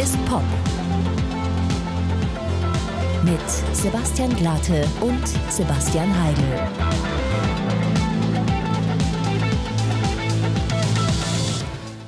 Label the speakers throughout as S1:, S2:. S1: ist Pop. Mit Sebastian Glatte und Sebastian Heidel.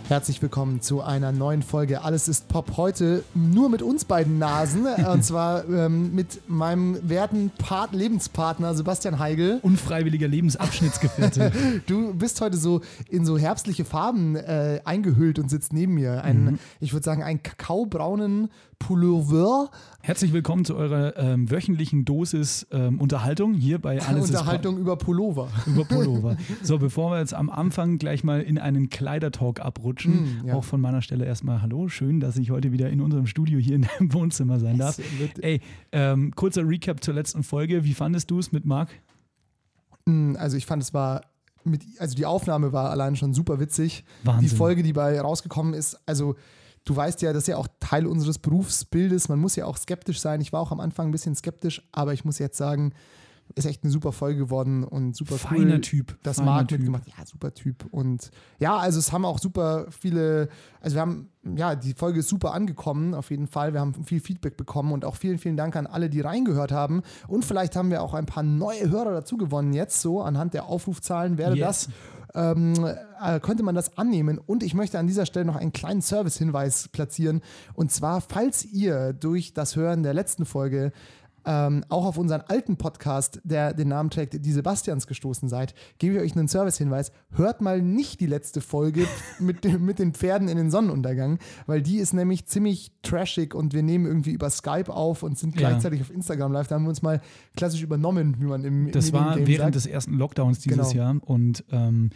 S2: Herzlich willkommen zu einer neuen Folge Alles ist Pop. Heute nur mit uns beiden Nasen. äh, und zwar ähm, mit meinem werten Part Lebenspartner Sebastian Heigl.
S3: Unfreiwilliger Lebensabschnittsgefährte.
S2: Du bist heute so in so herbstliche Farben äh, eingehüllt und sitzt neben mir. Einen,
S3: Mhm.
S2: Ich würde sagen, einen kakaobraunen Pullover.
S3: Herzlich willkommen zu eurer ähm, wöchentlichen Dosis ähm, Unterhaltung hier bei Alles
S2: Unterhaltung über Pullover.
S3: ist Pop über Pullover. So, bevor wir jetzt am Anfang gleich mal in einen Kleidertalk abrutschen,
S2: Mm, ja.
S3: auch von meiner Stelle erstmal Hallo, schön, dass ich heute wieder in unserem Studio hier in deinem Wohnzimmer sein darf.
S2: Es wird-
S3: Ey, ähm, kurzer Recap zur letzten Folge. Wie fandest du es mit Marc?
S2: Mm, Also ich fand, es war mit, also die Aufnahme war allein schon super witzig.
S3: Wahnsinn.
S2: Die Folge, die bei rausgekommen ist, also du weißt ja, das ist ja auch Teil unseres Berufsbildes. Man muss ja auch skeptisch sein. Ich war auch am Anfang ein bisschen skeptisch, aber ich muss jetzt sagen, ist echt eine super Folge geworden und super
S3: Feiner
S2: cool,
S3: Typ,
S2: Das
S3: feiner
S2: Marc
S3: Typ.
S2: mitgemacht. Ja, super Typ. Und ja, also es haben auch super viele, also wir haben, ja, die Folge ist super angekommen, auf jeden Fall. Wir haben viel Feedback bekommen und auch vielen, vielen Dank an alle, die reingehört haben. Und vielleicht haben wir auch ein paar neue Hörer dazu gewonnen jetzt so anhand der Aufrufzahlen. Wäre
S3: Yes.
S2: Äh, das, ähm, äh, könnte man das annehmen. Und ich möchte an dieser Stelle noch einen kleinen Service-Hinweis platzieren. Und zwar, falls ihr durch das Hören der letzten Folge ähm, auch auf unseren alten Podcast, der den Namen trägt, die Sebastians gestoßen seid, gebe ich euch einen Service-Hinweis. Hört mal nicht die letzte Folge mit, dem, mit den Pferden in den Sonnenuntergang, weil die ist nämlich ziemlich trashig und wir nehmen irgendwie über Skype auf und sind
S3: Ja.
S2: gleichzeitig auf Instagram live. Da haben wir uns mal klassisch übernommen, wie man im
S3: Das war
S2: Mediengame sagt.
S3: während des ersten Lockdowns dieses
S2: Genau.
S3: Jahr. Und ähm,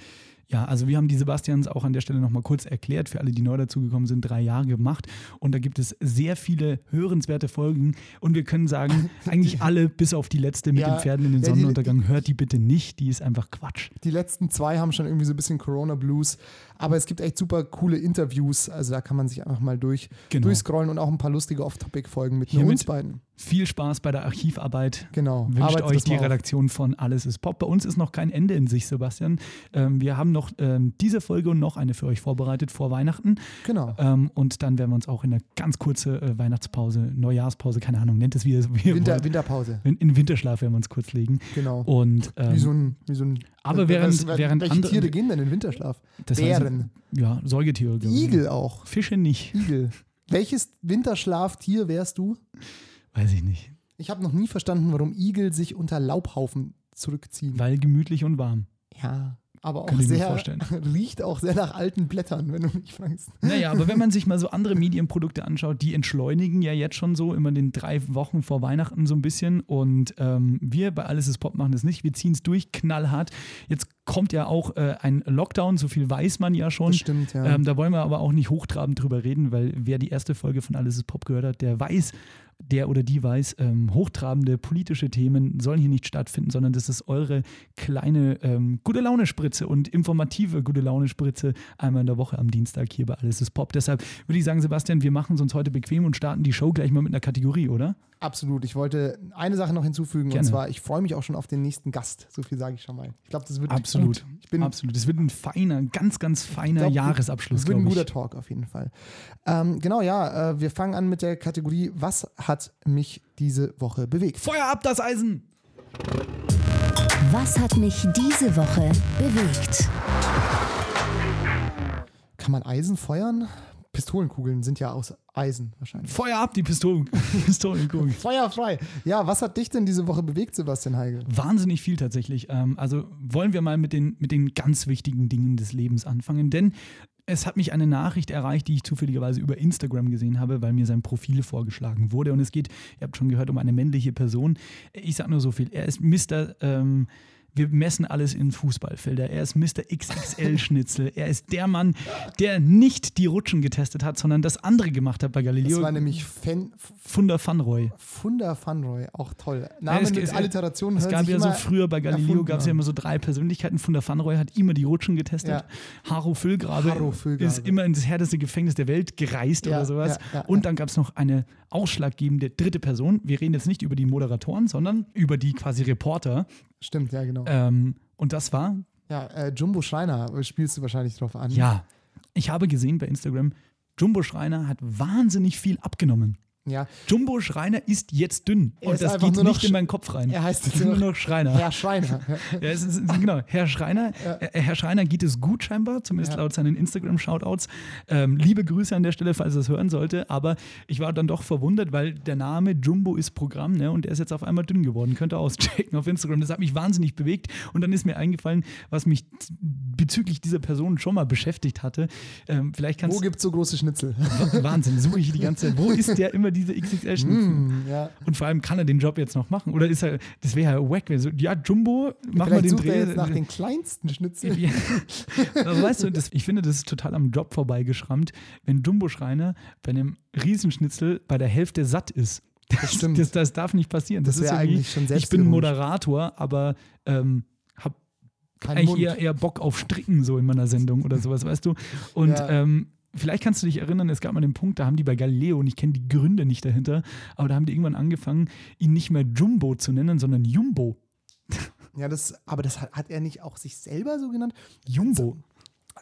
S3: ja, also wir haben die Sebastians auch an der Stelle nochmal kurz erklärt, für alle, die neu dazugekommen sind, drei Jahre gemacht. Und da gibt es sehr viele hörenswerte Folgen. Und wir können sagen, eigentlich alle, bis auf die letzte mit
S2: Ja,
S3: den Pferden in den
S2: ja, die-
S3: Sonnenuntergang, hört die bitte nicht. Die ist einfach Quatsch.
S2: Die letzten zwei haben schon irgendwie so ein bisschen Corona-Blues, aber es gibt echt super coole Interviews. Also da kann man sich einfach mal durch,
S3: Genau.
S2: durchscrollen und auch ein paar lustige Off-Topic-Folgen mit nur
S3: Hiermit-
S2: uns beiden.
S3: Viel Spaß bei der Archivarbeit.
S2: Genau.
S3: Wünscht
S2: Arbeitet
S3: euch
S2: das
S3: die
S2: mal auf.
S3: Redaktion von Alles ist Pop. Bei uns ist noch kein Ende in sich, Sebastian. Ähm, wir haben noch ähm, diese Folge und noch eine für euch vorbereitet vor Weihnachten.
S2: Genau.
S3: Ähm, und dann werden wir uns auch in eine ganz kurze äh, Weihnachtspause, Neujahrspause, keine Ahnung, nennt es wie ihr wie ihr
S2: Winter,
S3: wollt.
S2: Winterpause.
S3: In, in Winterschlaf werden wir uns kurz legen.
S2: Genau.
S3: Und ähm,
S2: Wie so ein, wie so ein
S3: aber
S2: äh,
S3: während-
S2: was-
S3: während
S2: welche
S3: andere-
S2: Tiere gehen denn in den Winterschlaf?
S3: das heißt,
S2: Bären.
S3: ja, Säugetiere. glaub ich.
S2: Igel auch.
S3: Fische nicht.
S2: Igel. Welches Winterschlaftier wärst du?
S3: Weiß ich nicht.
S2: Ich habe noch nie verstanden, warum Igel sich unter Laubhaufen zurückziehen.
S3: Weil gemütlich und warm.
S2: Ja, aber auch
S3: Kann ich mir
S2: sehr
S3: vorstellen.
S2: riecht auch sehr nach alten Blättern, wenn du mich fragst.
S3: Naja, aber wenn man sich mal so andere Medienprodukte anschaut, die entschleunigen ja jetzt schon so immer den drei Wochen vor Weihnachten so ein bisschen. Und ähm, wir bei Alles ist Pop machen das nicht. Wir ziehen es durch, knallhart. Jetzt kommt ja auch äh, ein Lockdown, so viel weiß man ja schon.
S2: Das stimmt, ja.
S3: Ähm, da wollen wir aber auch nicht hochtrabend drüber reden, weil wer die erste Folge von Alles ist Pop gehört hat, der weiß, der oder die weiß, ähm, hochtrabende politische Themen sollen hier nicht stattfinden, sondern das ist eure kleine ähm, gute Laune Spritze und informative gute Laune Spritze einmal in der Woche am Dienstag hier bei Alles ist Pop. Deshalb würde ich sagen, Sebastian, wir machen es uns heute bequem und starten die Show gleich mal mit einer Kategorie, oder?
S2: Absolut. Ich wollte eine Sache noch hinzufügen
S3: Gerne.
S2: und zwar, ich freue mich auch schon auf den nächsten Gast. So viel sage ich schon mal. Ich glaube, das wird
S3: Absolut.
S2: gut. Ich bin
S3: Absolut. Es wird ein feiner, ganz, ganz feiner
S2: glaub,
S3: Jahresabschluss,
S2: Das wird ein
S3: glaube ich.
S2: guter Talk auf jeden Fall. Ähm, genau, ja, äh, wir fangen an mit der Kategorie, was hat mich diese Woche bewegt?
S3: Feuer ab das Eisen!
S1: Was hat mich diese Woche bewegt?
S2: Kann man Eisen feuern? Pistolenkugeln sind ja aus Eisen wahrscheinlich.
S3: Feuer ab die Pistolen. Pistolenkugel.
S2: Feuerfrei. Ja, was hat dich denn diese Woche bewegt, Sebastian Heigl?
S3: Wahnsinnig viel tatsächlich. Ähm, also wollen wir mal mit den, mit den ganz wichtigen Dingen des Lebens anfangen, denn es hat mich eine Nachricht erreicht, die ich zufälligerweise über Instagram gesehen habe, weil mir sein Profil vorgeschlagen wurde. Und es geht, ihr habt schon gehört, um eine männliche Person. Ich sag nur so viel. Er ist Mr. Ähm, wir messen alles in Fußballfelder. Er ist Mr. XXL-Schnitzel. Er ist der Mann, der nicht die Rutschen getestet hat, sondern das andere gemacht hat bei
S2: Das
S3: Galileo.
S2: war nämlich Fan,
S3: Funder Van Roy.
S2: Funda Fanroy, auch toll. Namen
S3: es-
S2: mit
S3: es-
S2: Alliterationen
S3: Es
S2: hören
S3: gab
S2: sich
S3: ja so
S2: immer
S3: früher bei Galileo
S2: erfunden
S3: gab es ja
S2: an.
S3: immer so drei Persönlichkeiten. Von der Van Roy hat immer die Rutschen getestet.
S2: Ja.
S3: Haro Füllgrabe
S2: Haro Füllgrabe.
S3: ist immer ins härteste Gefängnis der Welt gereist
S2: Ja,
S3: oder sowas.
S2: ja, ja,
S3: Und
S2: ja.
S3: dann gab es noch eine ausschlaggebende dritte Person. Wir reden jetzt nicht über die Moderatoren, sondern über die quasi Reporter.
S2: Stimmt, ja, genau.
S3: Ähm, und das war,
S2: Ja, äh, Jumbo Schreiner spielst du wahrscheinlich drauf an.
S3: ja, ich habe gesehen bei Instagram, Jumbo Schreiner hat wahnsinnig viel abgenommen.
S2: Ja,
S3: Jumbo Schreiner ist jetzt dünn.
S2: Er
S3: und
S2: ist
S3: das
S2: einfach
S3: geht
S2: nur noch
S3: nicht in meinen Kopf rein.
S2: er heißt
S3: Es
S2: jetzt
S3: ist
S2: nur
S3: nur
S2: noch
S3: noch Schreiner.
S2: Herr Schreiner.
S3: Ja, es ist, genau. Herr Schreiner, äh, Herr Schreiner geht es gut scheinbar, zumindest
S2: Ja.
S3: laut seinen Instagram-Shoutouts. Ähm, liebe Grüße an der Stelle, falls er es hören sollte. Aber ich war dann doch verwundert, weil der Name Jumbo ist Programm ne? und er ist jetzt auf einmal dünn geworden. Könnt ihr auschecken auf Instagram. Das hat mich wahnsinnig bewegt. Und dann ist mir eingefallen, was mich z- bezüglich dieser Person schon mal beschäftigt hatte. Ähm, vielleicht
S2: Wo
S3: kannst du.
S2: gibt es so große Schnitzel?
S3: Wahnsinn, suche ich die ganze Zeit. Wo ist der immer diese XXL-Schnitzel?
S2: Hm, ja.
S3: Und vor allem kann er den Job jetzt noch machen. Oder ist er, das wäre ja wack, wenn so, ja, Jumbo, mach mal
S2: Vielleicht
S3: den
S2: sucht
S3: Dreh.
S2: er jetzt nach den kleinsten Schnitzel.
S3: Ja. Aber weißt du, das, ich finde, das ist total am Job vorbeigeschrammt, wenn Jumbo Schreiner bei einem Riesenschnitzel bei der Hälfte satt ist. Das,
S2: stimmt.
S3: Das, das darf nicht passieren. Das,
S2: Das
S3: ist
S2: wäre
S3: irgendwie-
S2: eigentlich schon
S3: Ich bin
S2: selbstironisch.
S3: Moderator, aber ähm, habe
S2: Kein
S3: eigentlich
S2: Mund.
S3: eher, eher Bock auf Stricken so in meiner Sendung oder sowas, weißt du? Und
S2: Ja.
S3: ähm, vielleicht kannst du dich erinnern, es gab mal den Punkt, da haben die bei Galileo, und ich kenne die Gründe nicht dahinter, aber da haben die irgendwann angefangen, ihn nicht mehr Jumbo zu nennen, sondern Jumbo.
S2: Ja, das, aber das hat, hat er nicht auch sich selber so genannt?
S3: Jumbo.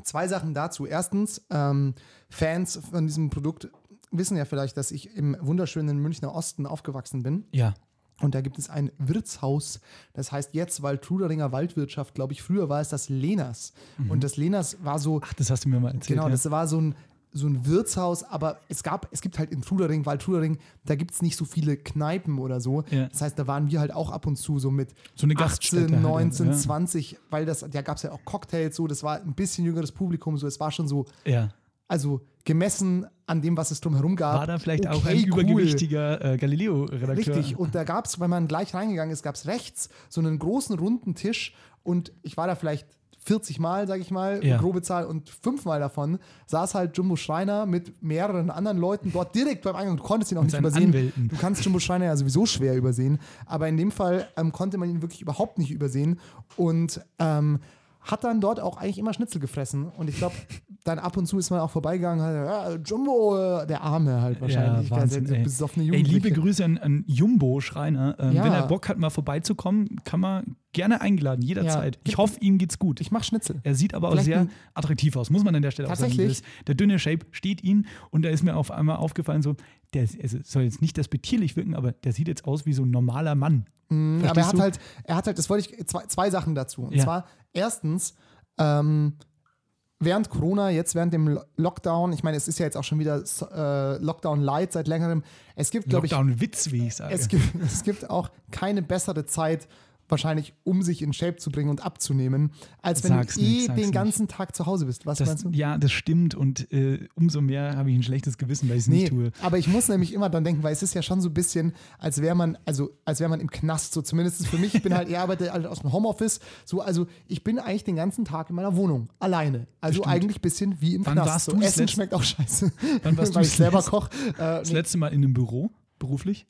S2: Zwei Sachen dazu. Erstens, ähm, Fans von diesem Produkt wissen ja vielleicht, dass ich im wunderschönen Münchner Osten aufgewachsen bin.
S3: Ja.
S2: Und da gibt es ein Wirtshaus, das heißt jetzt Waldtruderinger Waldwirtschaft, glaube ich. Früher war es das Lenas. Und das Lenas war so,
S3: Mhm. Ach, das hast du mir mal erzählt.
S2: genau,
S3: ja.
S2: das war so ein, so ein Wirtshaus, aber es gab, es gibt halt in Trudering, Waldtrudering, da gibt es nicht so viele Kneipen oder so.
S3: Ja.
S2: Das heißt, da waren wir halt auch ab und zu so mit
S3: So
S2: 18,
S3: eine Gaststätte halt,
S2: 19,
S3: ja.
S2: 20, weil das, da gab es ja auch Cocktails, so, das war ein bisschen jüngeres Publikum, so, es war schon so,
S3: ja.
S2: also gemessen an dem, was es drumherum gab.
S3: War da vielleicht auch
S2: okay,
S3: ein
S2: cool.
S3: übergewichtiger äh, Galileo-Redakteur?
S2: Richtig, und da gab es, wenn man gleich reingegangen ist, gab es rechts so einen großen runden Tisch und ich war da vielleicht 40 Mal, sage ich mal,
S3: Ja.
S2: grobe Zahl und fünfmal davon saß halt Jumbo Schreiner mit mehreren anderen Leuten dort direkt beim Eingang. Du konntest ihn auch nicht
S3: seinen
S2: übersehen.
S3: Anwälten.
S2: Du kannst Jumbo Schreiner ja sowieso schwer übersehen, aber in dem Fall ähm, konnte man ihn wirklich überhaupt nicht übersehen und ähm, hat dann dort auch eigentlich immer Schnitzel gefressen und ich glaube, dann ab und zu ist man auch vorbeigegangen, hat, ja, Jumbo, äh, der Arme halt wahrscheinlich,
S3: Ja, Wahnsinn,
S2: der, der
S3: ey.
S2: besoffene
S3: Ey, liebe
S2: Jugendliche.
S3: Grüße an, an Jumbo Schreiner. Ähm,
S2: Ja.
S3: Wenn er Bock hat, mal vorbeizukommen, kann man gerne eingeladen, jederzeit. Ich hoffe, ihm geht's gut.
S2: ich mache Schnitzel.
S3: er sieht aber auch
S2: Vielleicht
S3: sehr
S2: ein-
S3: attraktiv aus, muss man an der Stelle auch sagen.
S2: Tatsächlich?
S3: Das- Der dünne Shape steht ihm und da ist mir auf einmal aufgefallen, so, der ist- es soll jetzt nicht despektierlich wirken, aber der sieht jetzt aus wie so ein normaler Mann.
S2: aber er
S3: Verstehst
S2: hat
S3: du?
S2: halt, er hat halt, das wollte ich, zwei, zwei Sachen dazu. Und
S3: Ja.
S2: zwar, erstens, ähm, während Corona, jetzt während dem Lo- Lockdown, ich meine, es ist ja jetzt auch schon wieder so- äh, Lockdown Light seit längerem, es gibt, glaube ich,
S3: Lockdown-Witz, wie ich sage.
S2: es gibt, es gibt auch keine bessere Zeit, wahrscheinlich, um sich in Shape zu bringen und abzunehmen, als wenn
S3: Sag's
S2: du
S3: nicht,
S2: eh
S3: sag's
S2: den
S3: nicht.
S2: ganzen Tag zu Hause bist. Was meinst du?
S3: das, ja, das stimmt und äh, umso mehr habe ich ein schlechtes Gewissen, weil ich es nicht tue.
S2: aber ich muss nämlich immer dann denken, weil es ist ja schon so ein bisschen, als wäre man, also als wäre man im Knast, so zumindest für mich. Ich bin halt, ich arbeite halt aus dem Homeoffice, so, also ich bin eigentlich den ganzen Tag in meiner Wohnung, alleine. Also
S3: Stimmt.
S2: eigentlich ein bisschen wie im
S3: Wann
S2: Knast.
S3: warst
S2: so,
S3: du das
S2: Essen
S3: letzte-
S2: schmeckt auch scheiße,
S3: Wann warst du
S2: weil ich
S3: das
S2: selber
S3: letzte-
S2: koche. Äh,
S3: Das
S2: nee,
S3: letzte Mal in einem Büro, beruflich?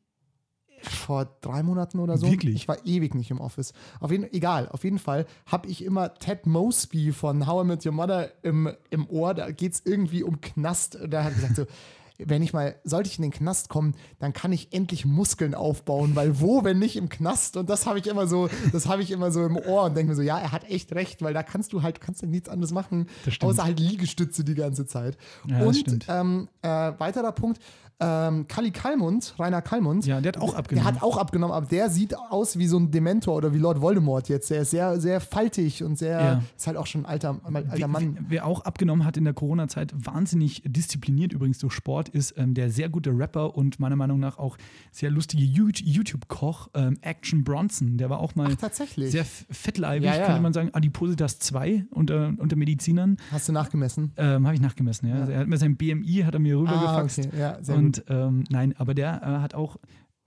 S2: vor drei Monaten oder so.
S3: Wirklich?
S2: Ich war ewig nicht im Office. Auf jeden, egal, auf jeden Fall habe ich immer Ted Mosby von How I Met Your Mother im, im Ohr. Da geht es irgendwie um Knast. Und da hat er gesagt so, wenn ich mal, sollte ich in den Knast kommen, dann kann ich endlich Muskeln aufbauen, weil wo, wenn nicht im Knast? Und das habe ich immer so, das habe ich immer so im Ohr und denke mir so, ja, er hat echt recht, weil da kannst du halt, kannst du nichts anderes machen,
S3: Das stimmt.
S2: außer halt Liegestütze die ganze Zeit.
S3: Ja, das
S2: und
S3: stimmt.
S2: Ähm, äh, weiterer Punkt, ähm, Kali Kalmund, Rainer Kalmund,
S3: Ja, der hat auch
S2: der
S3: abgenommen.
S2: hat auch abgenommen, aber der sieht aus wie so ein Dementor oder wie Lord Voldemort jetzt. Der ist sehr, sehr faltig und sehr,
S3: Ja.
S2: ist halt auch schon ein alter, alter
S3: Wer-
S2: Mann.
S3: Wer auch abgenommen hat in der Corona-Zeit, wahnsinnig diszipliniert übrigens durch Sport, ist ähm, der sehr gute Rapper und meiner Meinung nach auch sehr lustige You- YouTube-Koch, ähm, Action Bronson. Der war auch mal
S2: Ach, tatsächlich.
S3: sehr f- fettleibig,
S2: Ja, ja.
S3: könnte man sagen. Adipositas 2 unter, unter Medizinern.
S2: Hast du nachgemessen?
S3: Ähm, Habe ich nachgemessen, ja. Also er hat mir sein BMI, hat er mir rübergefaxt.
S2: Ah, okay. Ja, sehr gut.
S3: und ähm, nein, aber der äh, hat auch,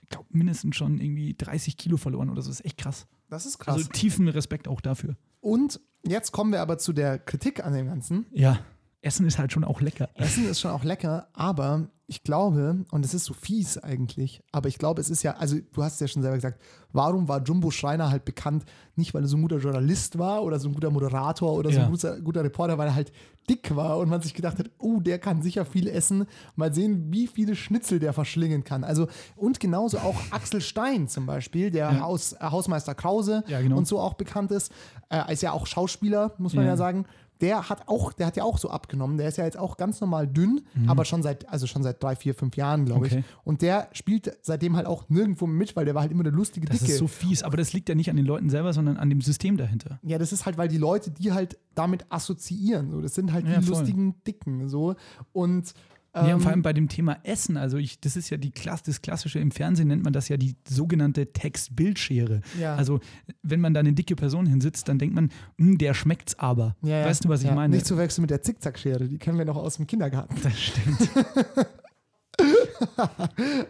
S3: ich glaube, mindestens schon irgendwie 30 Kilo verloren oder so. ist echt krass.
S2: Das ist krass.
S3: Also tiefen Respekt auch dafür.
S2: und jetzt kommen wir aber zu der Kritik an dem Ganzen.
S3: Ja. Essen ist halt schon auch lecker.
S2: Essen ist schon auch lecker, aber ich glaube, und es ist so fies eigentlich, aber ich glaube, es ist ja, also du hast es ja schon selber gesagt, warum war Jumbo Schreiner halt bekannt? Nicht, weil er so ein guter Journalist war oder so ein guter Moderator oder so
S3: Ja.
S2: ein guter, guter Reporter, weil er halt dick war und man sich gedacht hat, oh, der kann sicher viel essen. Mal sehen, wie viele Schnitzel der verschlingen kann. Also, und genauso auch Axel Stein zum Beispiel, der
S3: Ja.
S2: Haus, äh, Hausmeister Krause
S3: Ja, genau.
S2: und so auch bekannt ist, äh, ist ja auch Schauspieler, muss man ja,
S3: Ja.
S2: sagen. Der hat auch, der hat ja auch so abgenommen. Der ist ja jetzt auch ganz normal dünn, aber schon seit, also schon seit drei, vier, fünf Jahren, glaube
S3: Mhm. Okay.
S2: ich. Und der spielt seitdem halt auch nirgendwo mit, weil der war halt immer der lustige
S3: Das
S2: Dicke.
S3: ist so fies, aber das liegt ja nicht an den Leuten selber, sondern an dem System dahinter.
S2: ja, das ist halt, weil die Leute, die halt damit assoziieren. So, das sind halt
S3: Ja,
S2: die
S3: voll.
S2: lustigen Dicken. So. Und
S3: ja, und vor
S2: Ähm.
S3: allem bei dem Thema Essen, also ich, das ist ja die Klasse, das klassische, im Fernsehen nennt man das ja die sogenannte Text-Bildschere.
S2: Ja.
S3: Also wenn man da eine dicke Person hinsitzt, dann denkt man, "Hm, der schmeckt's aber.
S2: ähm, ja, ja,
S3: weißt du, was
S2: ja,
S3: ich meine?
S2: Nicht zu verwechseln mit der Zickzackschere, die kennen wir noch aus dem Kindergarten.
S3: das stimmt.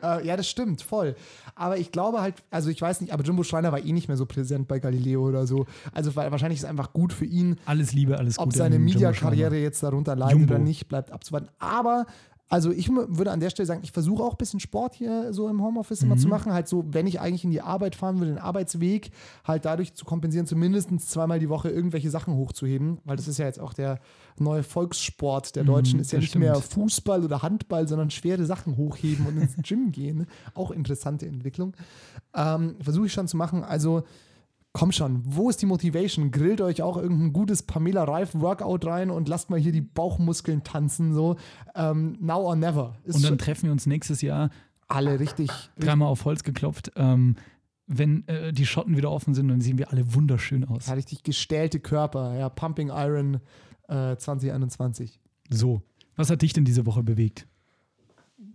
S2: Äh, ja, das stimmt, voll. Aber ich glaube halt, also ich weiß nicht, aber Jumbo Schreiner war eh nicht mehr so präsent bei Galileo oder so. Also weil wahrscheinlich ist es einfach gut für ihn,
S3: Alles Liebe, alles Gute.
S2: ob
S3: an
S2: seine
S3: Jumbo
S2: Media-Karriere
S3: Schreiner.
S2: jetzt darunter leidet
S3: Jumbo.
S2: oder nicht, bleibt abzuwarten. Aber also ich mu- würde an der Stelle sagen, ich versuche auch ein bisschen Sport hier so im Homeoffice immer zu
S3: Mhm.
S2: machen. Halt so, wenn ich eigentlich in die Arbeit fahren will, den Arbeitsweg, halt dadurch zu kompensieren, zumindest zweimal die Woche irgendwelche Sachen hochzuheben. Weil das ist ja jetzt auch der neue Volkssport der Deutschen. ist ja
S3: Mhm, das
S2: nicht mehr
S3: stimmt.
S2: Fußball oder Handball, sondern schwere Sachen hochheben und ins Gym gehen. Auch interessante Entwicklung. Ähm, versuche ich schon zu machen. Also komm schon, wo ist die Motivation? Grillt euch auch irgendein gutes Pamela Reif Workout rein und lasst mal hier die Bauchmuskeln tanzen. So, ähm, now or never. Ist
S3: Und dann
S2: schon
S3: treffen wir uns nächstes Jahr,
S2: alle richtig.
S3: dreimal auf Holz geklopft, ähm, wenn äh, die Schotten wieder offen sind, dann sehen wir alle wunderschön aus.
S2: Ja, richtig gestählte Körper, ja, Pumping Iron äh, 2021.
S3: So, was hat dich denn diese Woche bewegt?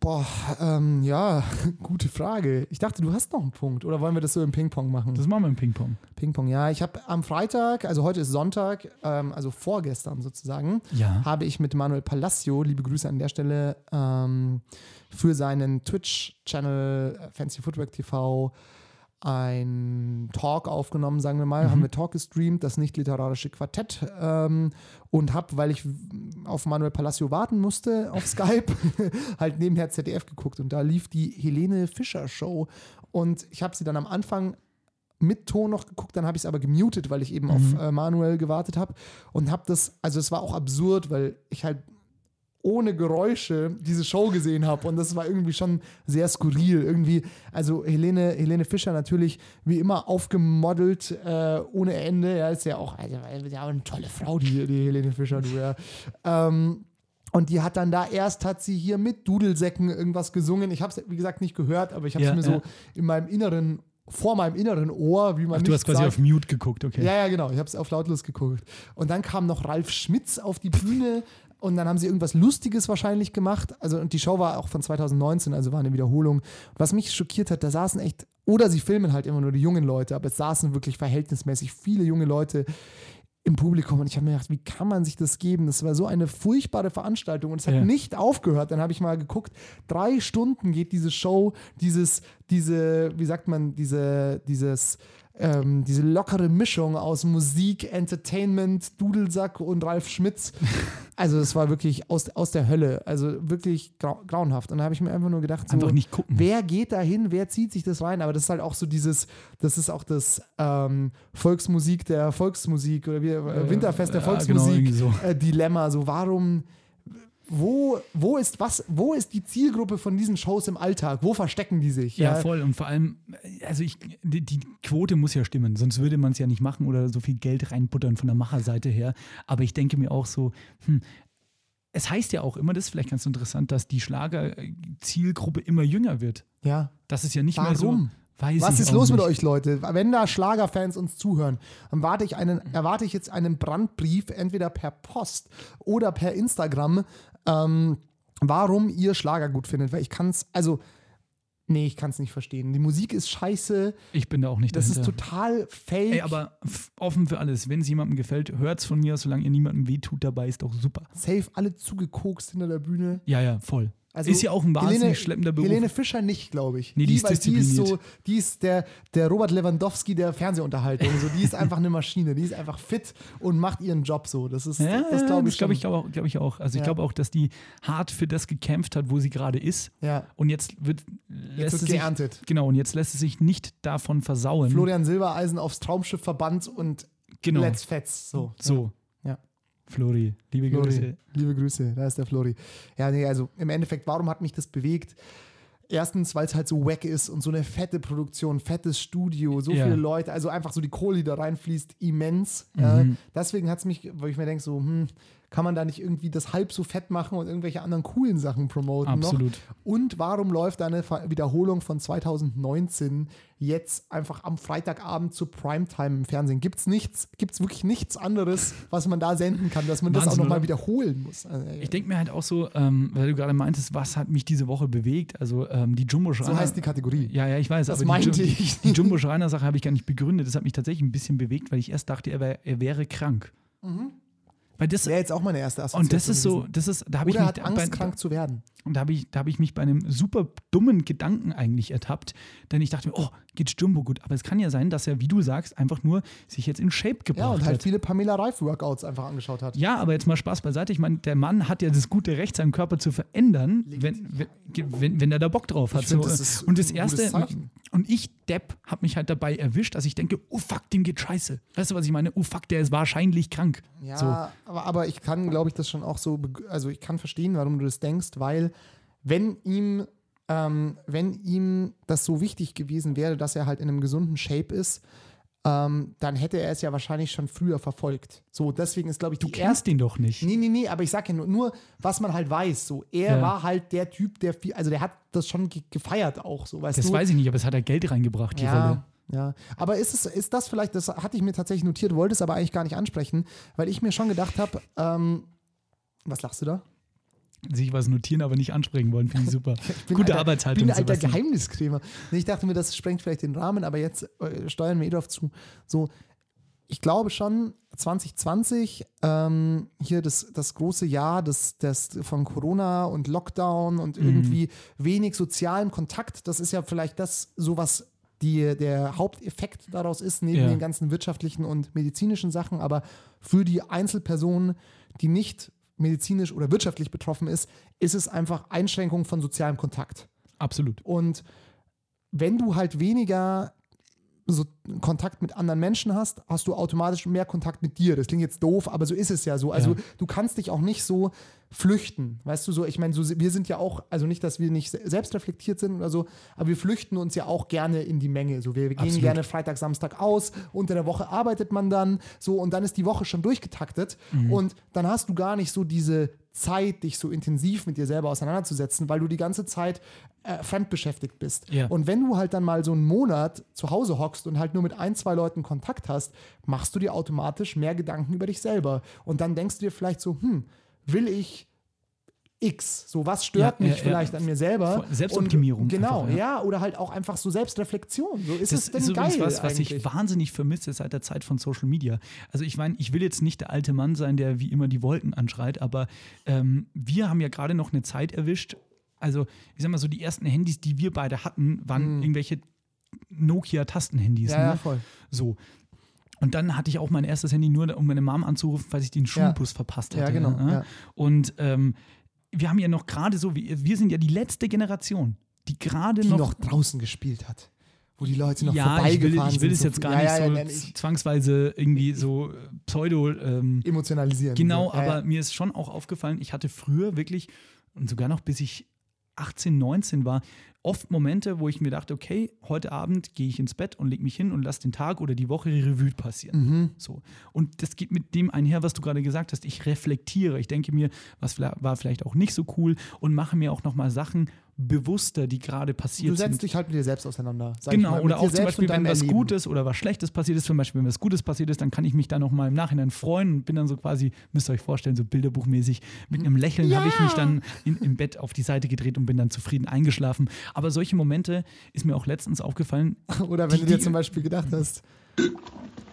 S2: Boah, ähm, ja, gute Frage. Ich dachte, du hast noch einen Punkt. Oder wollen wir das so im Ping-Pong machen?
S3: Das machen wir im Ping-Pong.
S2: Ping-Pong, ja. Ich habe am Freitag, also heute ist Sonntag, ähm, also vorgestern sozusagen,
S3: Ja.
S2: habe ich mit Manuel Palacio, liebe Grüße an der Stelle, ähm, für seinen Twitch-Channel äh, Fancy Footwork TV ein Talk aufgenommen, sagen wir mal, haben wir Talk gestreamt, das nicht literarische Quartett ähm, und habe, weil ich w- auf Manuel Palacio warten musste auf Skype, halt nebenher ZDF geguckt und da lief die Helene Fischer Show und ich habe sie dann am Anfang mit Ton noch geguckt, dann habe ich es aber gemutet, weil ich eben auf äh, Manuel gewartet habe und habe das, also es war auch absurd, weil ich halt ohne Geräusche diese Show gesehen habe und das war irgendwie schon sehr skurril irgendwie also Helene Helene Fischer natürlich wie immer aufgemodelt äh, ohne Ende ja ist ja auch also, ja, eine tolle Frau die, die Helene Fischer du ja ähm, und die hat dann da erst hat sie hier mit Dudelsäcken irgendwas gesungen ich habe es wie gesagt nicht gehört aber ich habe es
S3: Ja,
S2: mir so
S3: ja.
S2: in meinem inneren vor meinem inneren Ohr wie man
S3: Ach,
S2: nicht
S3: du hast quasi
S2: sagt,
S3: auf Mute geguckt, okay.
S2: ja, ja, genau. Ich habe es auf lautlos geguckt. Und dann kam noch Ralf Schmitz auf die Bühne und dann haben sie irgendwas Lustiges wahrscheinlich gemacht. Also und die Show war auch von 2019, also war eine Wiederholung. Was mich schockiert hat, da saßen echt oder sie filmen halt immer nur die jungen Leute, aber es saßen wirklich verhältnismäßig viele junge Leute im Publikum und ich habe mir gedacht, wie kann man sich das geben? Das war so eine furchtbare Veranstaltung und es hat
S3: Ja.
S2: nicht aufgehört. Dann habe ich mal geguckt, drei Stunden geht diese Show, dieses, diese, wie sagt man, diese, dieses, ähm, diese lockere Mischung aus Musik, Entertainment, Dudelsack und Ralf Schmitz. Also es war wirklich aus, aus der Hölle, also wirklich grau, grauenhaft. Und da habe ich mir einfach nur gedacht, so,
S3: Einfach nicht gucken.
S2: Wer geht da hin? Wer zieht sich das rein? Aber das ist halt auch so dieses, das ist auch das ähm, Volksmusik der Volksmusik oder wie, äh, Winterfest der
S3: ja, genau,
S2: Volksmusik
S3: irgendwie so.
S2: äh, Dilemma. So warum, wo, wo ist was, wo ist die Zielgruppe von diesen Shows im Alltag? Wo verstecken die sich?
S3: Ja, voll. Und vor allem, also ich, die, die Quote muss ja stimmen, sonst würde man es ja nicht machen oder so viel Geld reinbuttern von der Macherseite her. Aber ich denke mir auch so, hm, es heißt ja auch immer, das ist vielleicht ganz interessant, dass die Schlager-Zielgruppe immer jünger wird.
S2: ja.
S3: Das ist ja nicht
S2: Warum?
S3: mehr so. Weiß
S2: Was
S3: ich
S2: ist
S3: auch
S2: los mit
S3: nicht.
S2: euch, Leute? Wenn da Schlagerfans uns zuhören, dann warte ich einen, erwarte ich jetzt einen Brandbrief, entweder per Post oder per Instagram, ähm, warum ihr Schlager gut findet. Weil ich kann es, also, nee, ich kann es nicht verstehen. Die Musik ist scheiße,
S3: Ich bin da auch nicht
S2: das
S3: dahinter.
S2: ist total fake.
S3: Ey, aber f- offen für alles. Wenn es jemandem gefällt, hört's von mir, solange ihr niemandem wehtut dabei, ist doch super.
S2: Safe, alle zugekokst hinter der Bühne.
S3: Ja, ja, voll.
S2: Also
S3: Ist ja auch ein wahnsinnig schleppender Beruf.
S2: Helene Fischer nicht, glaube ich.
S3: Nee, die ist
S2: weil die ist so,
S3: diszipliniert.
S2: die ist der, der Robert Lewandowski der Fernsehunterhaltung. So, die ist einfach eine Maschine, die ist einfach fit und macht ihren Job so. Das ist,
S3: Ja,
S2: das glaube ich,
S3: das glaub ich,
S2: schon.
S3: glaub auch, glaub ich auch. Also ich
S2: Ja.
S3: glaube auch, dass die hart für das gekämpft hat, wo sie gerade ist.
S2: Ja.
S3: Und jetzt wird lässt
S2: wird
S3: es sich,
S2: geerntet.
S3: Genau, und jetzt lässt es sich nicht davon versauen.
S2: Florian Silbereisen aufs Traumschiff verbannt und
S3: genau.
S2: let's fetz. So.
S3: so.
S2: Ja.
S3: Flori, liebe
S2: Flori.
S3: Grüße.
S2: Liebe Grüße, da ist der Flori. Ja, nee, also im Endeffekt, warum hat mich das bewegt? Erstens, weil es halt so wack ist und so eine fette Produktion, fettes Studio, so
S3: Ja.
S2: viele Leute, also einfach so die Kohle, die da reinfließt, immens. Ja,
S3: Mhm.
S2: deswegen hat es mich, weil ich mir denke, so, hm, kann man da nicht irgendwie das halb so fett machen und irgendwelche anderen coolen Sachen promoten
S3: Absolut.
S2: noch? Und warum läuft da eine Ver- Wiederholung von 2019 jetzt einfach am Freitagabend zu Primetime im Fernsehen? Gibt es nichts, gibt es wirklich nichts anderes, was man da senden kann, dass man das auch
S3: Wahnsinn,
S2: nochmal
S3: oder?
S2: wiederholen muss? Also, ey,
S3: Ich denke mir halt auch so, ähm, weil du gerade meintest, was hat mich diese Woche bewegt? Also ähm, die jumbo
S2: so heißt die Kategorie.
S3: Ja, ja, ich weiß.
S2: Das
S3: aber
S2: meinte
S3: die, Jum-
S2: ich.
S3: Die Jumbo-Schreiner-Sache habe ich gar nicht begründet. Das hat mich tatsächlich ein bisschen bewegt, weil ich erst dachte, er, wär, er wäre krank.
S2: Mhm.
S3: Weil das,
S2: Wäre jetzt auch meine erste Assoziation.
S3: und das ist so,
S2: gewesen.
S3: das ist, da habe ich
S2: Oder
S3: mich
S2: hat Angst,
S3: bei,
S2: krank zu werden.
S3: Und da habe ich, da hab ich mich bei einem super dummen Gedanken eigentlich ertappt, denn ich dachte mir, oh, geht Jumbo gut. Aber es kann ja sein, dass er, wie du sagst, einfach nur sich jetzt in Shape gebracht
S2: Ja, und halt
S3: hat.
S2: viele Pamela Reif-Workouts einfach angeschaut hat.
S3: Ja, aber jetzt mal Spaß beiseite. Ich meine, der Mann hat ja das gute Recht, seinen Körper zu verändern, wenn, wenn, wenn, wenn er da Bock drauf hat.
S2: find,
S3: so. äh,
S2: das ist
S3: und das
S2: ein
S3: erste,
S2: gutes Zeichen.
S3: und ich, Depp, habe mich halt dabei erwischt, dass ich denke, oh fuck, dem geht scheiße. Weißt du, was ich meine? Oh fuck, der ist wahrscheinlich krank.
S2: Ja,
S3: So.
S2: aber, aber ich kann, glaube ich, das schon auch so, beg- also ich kann verstehen, warum du das denkst, weil wenn ihm, ähm, wenn ihm das so wichtig gewesen wäre, dass er halt in einem gesunden Shape ist, ähm, dann hätte er es ja wahrscheinlich schon früher verfolgt. So, deswegen ist, glaube ich,
S3: Du
S2: die erste
S3: kennst den doch nicht.
S2: Nee, nee, nee, aber ich sag ja nur, nur was man halt weiß. So, er
S3: Ja.
S2: war halt der Typ, der viel, also der hat das schon ge gefeiert auch, so, weißt
S3: Das
S2: du?
S3: weiß ich nicht, aber es hat er Geld reingebracht, die Rolle.
S2: ja, ja. Aber ist es, ist das vielleicht, das hatte ich mir tatsächlich notiert, wollte es aber eigentlich gar nicht ansprechen, weil ich mir schon gedacht habe, ähm, was lachst du da?
S3: sich was notieren, aber nicht ansprechen wollen, finde ich super.
S2: bin
S3: Gute
S2: alter,
S3: Arbeitshaltung.
S2: bin ein alter
S3: Sebastian.
S2: Geheimniskrämer. Nee, ich dachte mir, das sprengt vielleicht den Rahmen, aber jetzt äh, steuern wir eh drauf zu. So, ich glaube schon, 2020, ähm, hier das, das große Jahr des, des, von Corona und Lockdown und
S3: Mhm.
S2: irgendwie wenig sozialem Kontakt, das ist ja vielleicht das, sowas. Die, der Haupteffekt daraus ist, neben
S3: Ja.
S2: den ganzen wirtschaftlichen und medizinischen Sachen, aber für die Einzelperson, die nicht medizinisch oder wirtschaftlich betroffen ist, ist es einfach Einschränkung von sozialem Kontakt.
S3: Absolut.
S2: Und wenn du halt weniger so Kontakt mit anderen Menschen hast, hast du automatisch mehr Kontakt mit dir. Das klingt jetzt doof, aber so ist es ja so. Also
S3: Ja.
S2: du kannst dich auch nicht so flüchten. Weißt du, so, ich meine, so, wir sind ja auch, also nicht, dass wir nicht se- selbst reflektiert sind oder so, aber wir flüchten uns ja auch gerne in die Menge. So, wir gehen
S3: Absolut.
S2: gerne Freitag, Samstag aus, unter der Woche arbeitet man dann, so, und dann ist die Woche schon durchgetaktet
S3: Mhm.
S2: und dann hast du gar nicht so diese Zeit, dich so intensiv mit dir selber auseinanderzusetzen, weil du die ganze Zeit äh, fremdbeschäftigt bist.
S3: Ja.
S2: Und wenn du halt dann mal so einen Monat zu Hause hockst und halt nur mit ein, zwei Leuten Kontakt hast, machst du dir automatisch mehr Gedanken über dich selber. Und dann denkst du dir vielleicht so, hm, will ich X? So, was stört
S3: Ja,
S2: mich
S3: ja, ja.
S2: vielleicht an mir selber?
S3: Voll- Selbstoptimierung
S2: Und, genau,
S3: einfach,
S2: ja. Oder halt auch einfach so Selbstreflexion. So ist es
S3: Das ist,
S2: denn geil
S3: übrigens was, was
S2: eigentlich?
S3: ich wahnsinnig vermisse seit der Zeit von Social Media. Also ich meine, ich will jetzt nicht der alte Mann sein, der wie immer die Wolken anschreit, aber ähm, wir haben ja gerade noch eine Zeit erwischt. Also ich sag mal so, die ersten Handys, die wir beide hatten, waren irgendwelche Nokia-Tastenhandys.
S2: Hm. Ja, ja,
S3: ne?
S2: voll.
S3: So. Und dann hatte ich auch mein erstes Handy nur, um meine Mom anzurufen, weil ich den Schulbus verpasst
S2: Ja,
S3: hatte.
S2: genau,
S3: ne?
S2: ja.
S3: Und ähm, wir haben ja noch gerade so, wir, wir sind ja die letzte Generation, die gerade
S2: Die noch draußen gespielt hat. Wo die Leute noch
S3: ja, ich will,
S2: vorbeigefahren
S3: ich will es
S2: sind.
S3: jetzt
S2: so-
S3: gar
S2: ja,
S3: nicht
S2: ja, ja,
S3: so
S2: nein, ich-
S3: zwangsweise irgendwie so äh, pseudo. Ähm,
S2: emotionalisieren.
S3: genau,
S2: so. Ja,
S3: aber
S2: ja.
S3: mir ist schon auch aufgefallen, ich hatte früher wirklich und sogar noch bis ich 18, 19 war, oft Momente, wo ich mir dachte, okay, heute Abend gehe ich ins Bett und lege mich hin und lasse den Tag oder die Woche Revue passieren.
S2: Mhm.
S3: So. Und das geht mit dem einher, was du gerade gesagt hast. Ich reflektiere, ich denke mir, was vla- war vielleicht auch nicht so cool und mache mir auch nochmal Sachen bewusster, die gerade passiert
S2: Du
S3: sind.
S2: setzt dich halt mit dir selbst auseinander. sag ich
S3: Genau,
S2: mal, mit
S3: oder
S2: dir
S3: auch zum
S2: selbst und
S3: Beispiel, wenn
S2: deinem
S3: was
S2: Erleben.
S3: Gutes oder was Schlechtes passiert ist, zum Beispiel, wenn was Gutes passiert ist, dann kann ich mich da nochmal im Nachhinein freuen und bin dann so quasi, müsst ihr euch vorstellen, so bilderbuchmäßig, mit einem Lächeln habe ich mich dann in, im Bett auf die Seite gedreht und bin dann zufrieden eingeschlafen. Aber solche Momente ist mir auch letztens aufgefallen,
S2: Oder wenn
S3: Die-
S2: du dir
S3: die-
S2: zum Beispiel gedacht hast,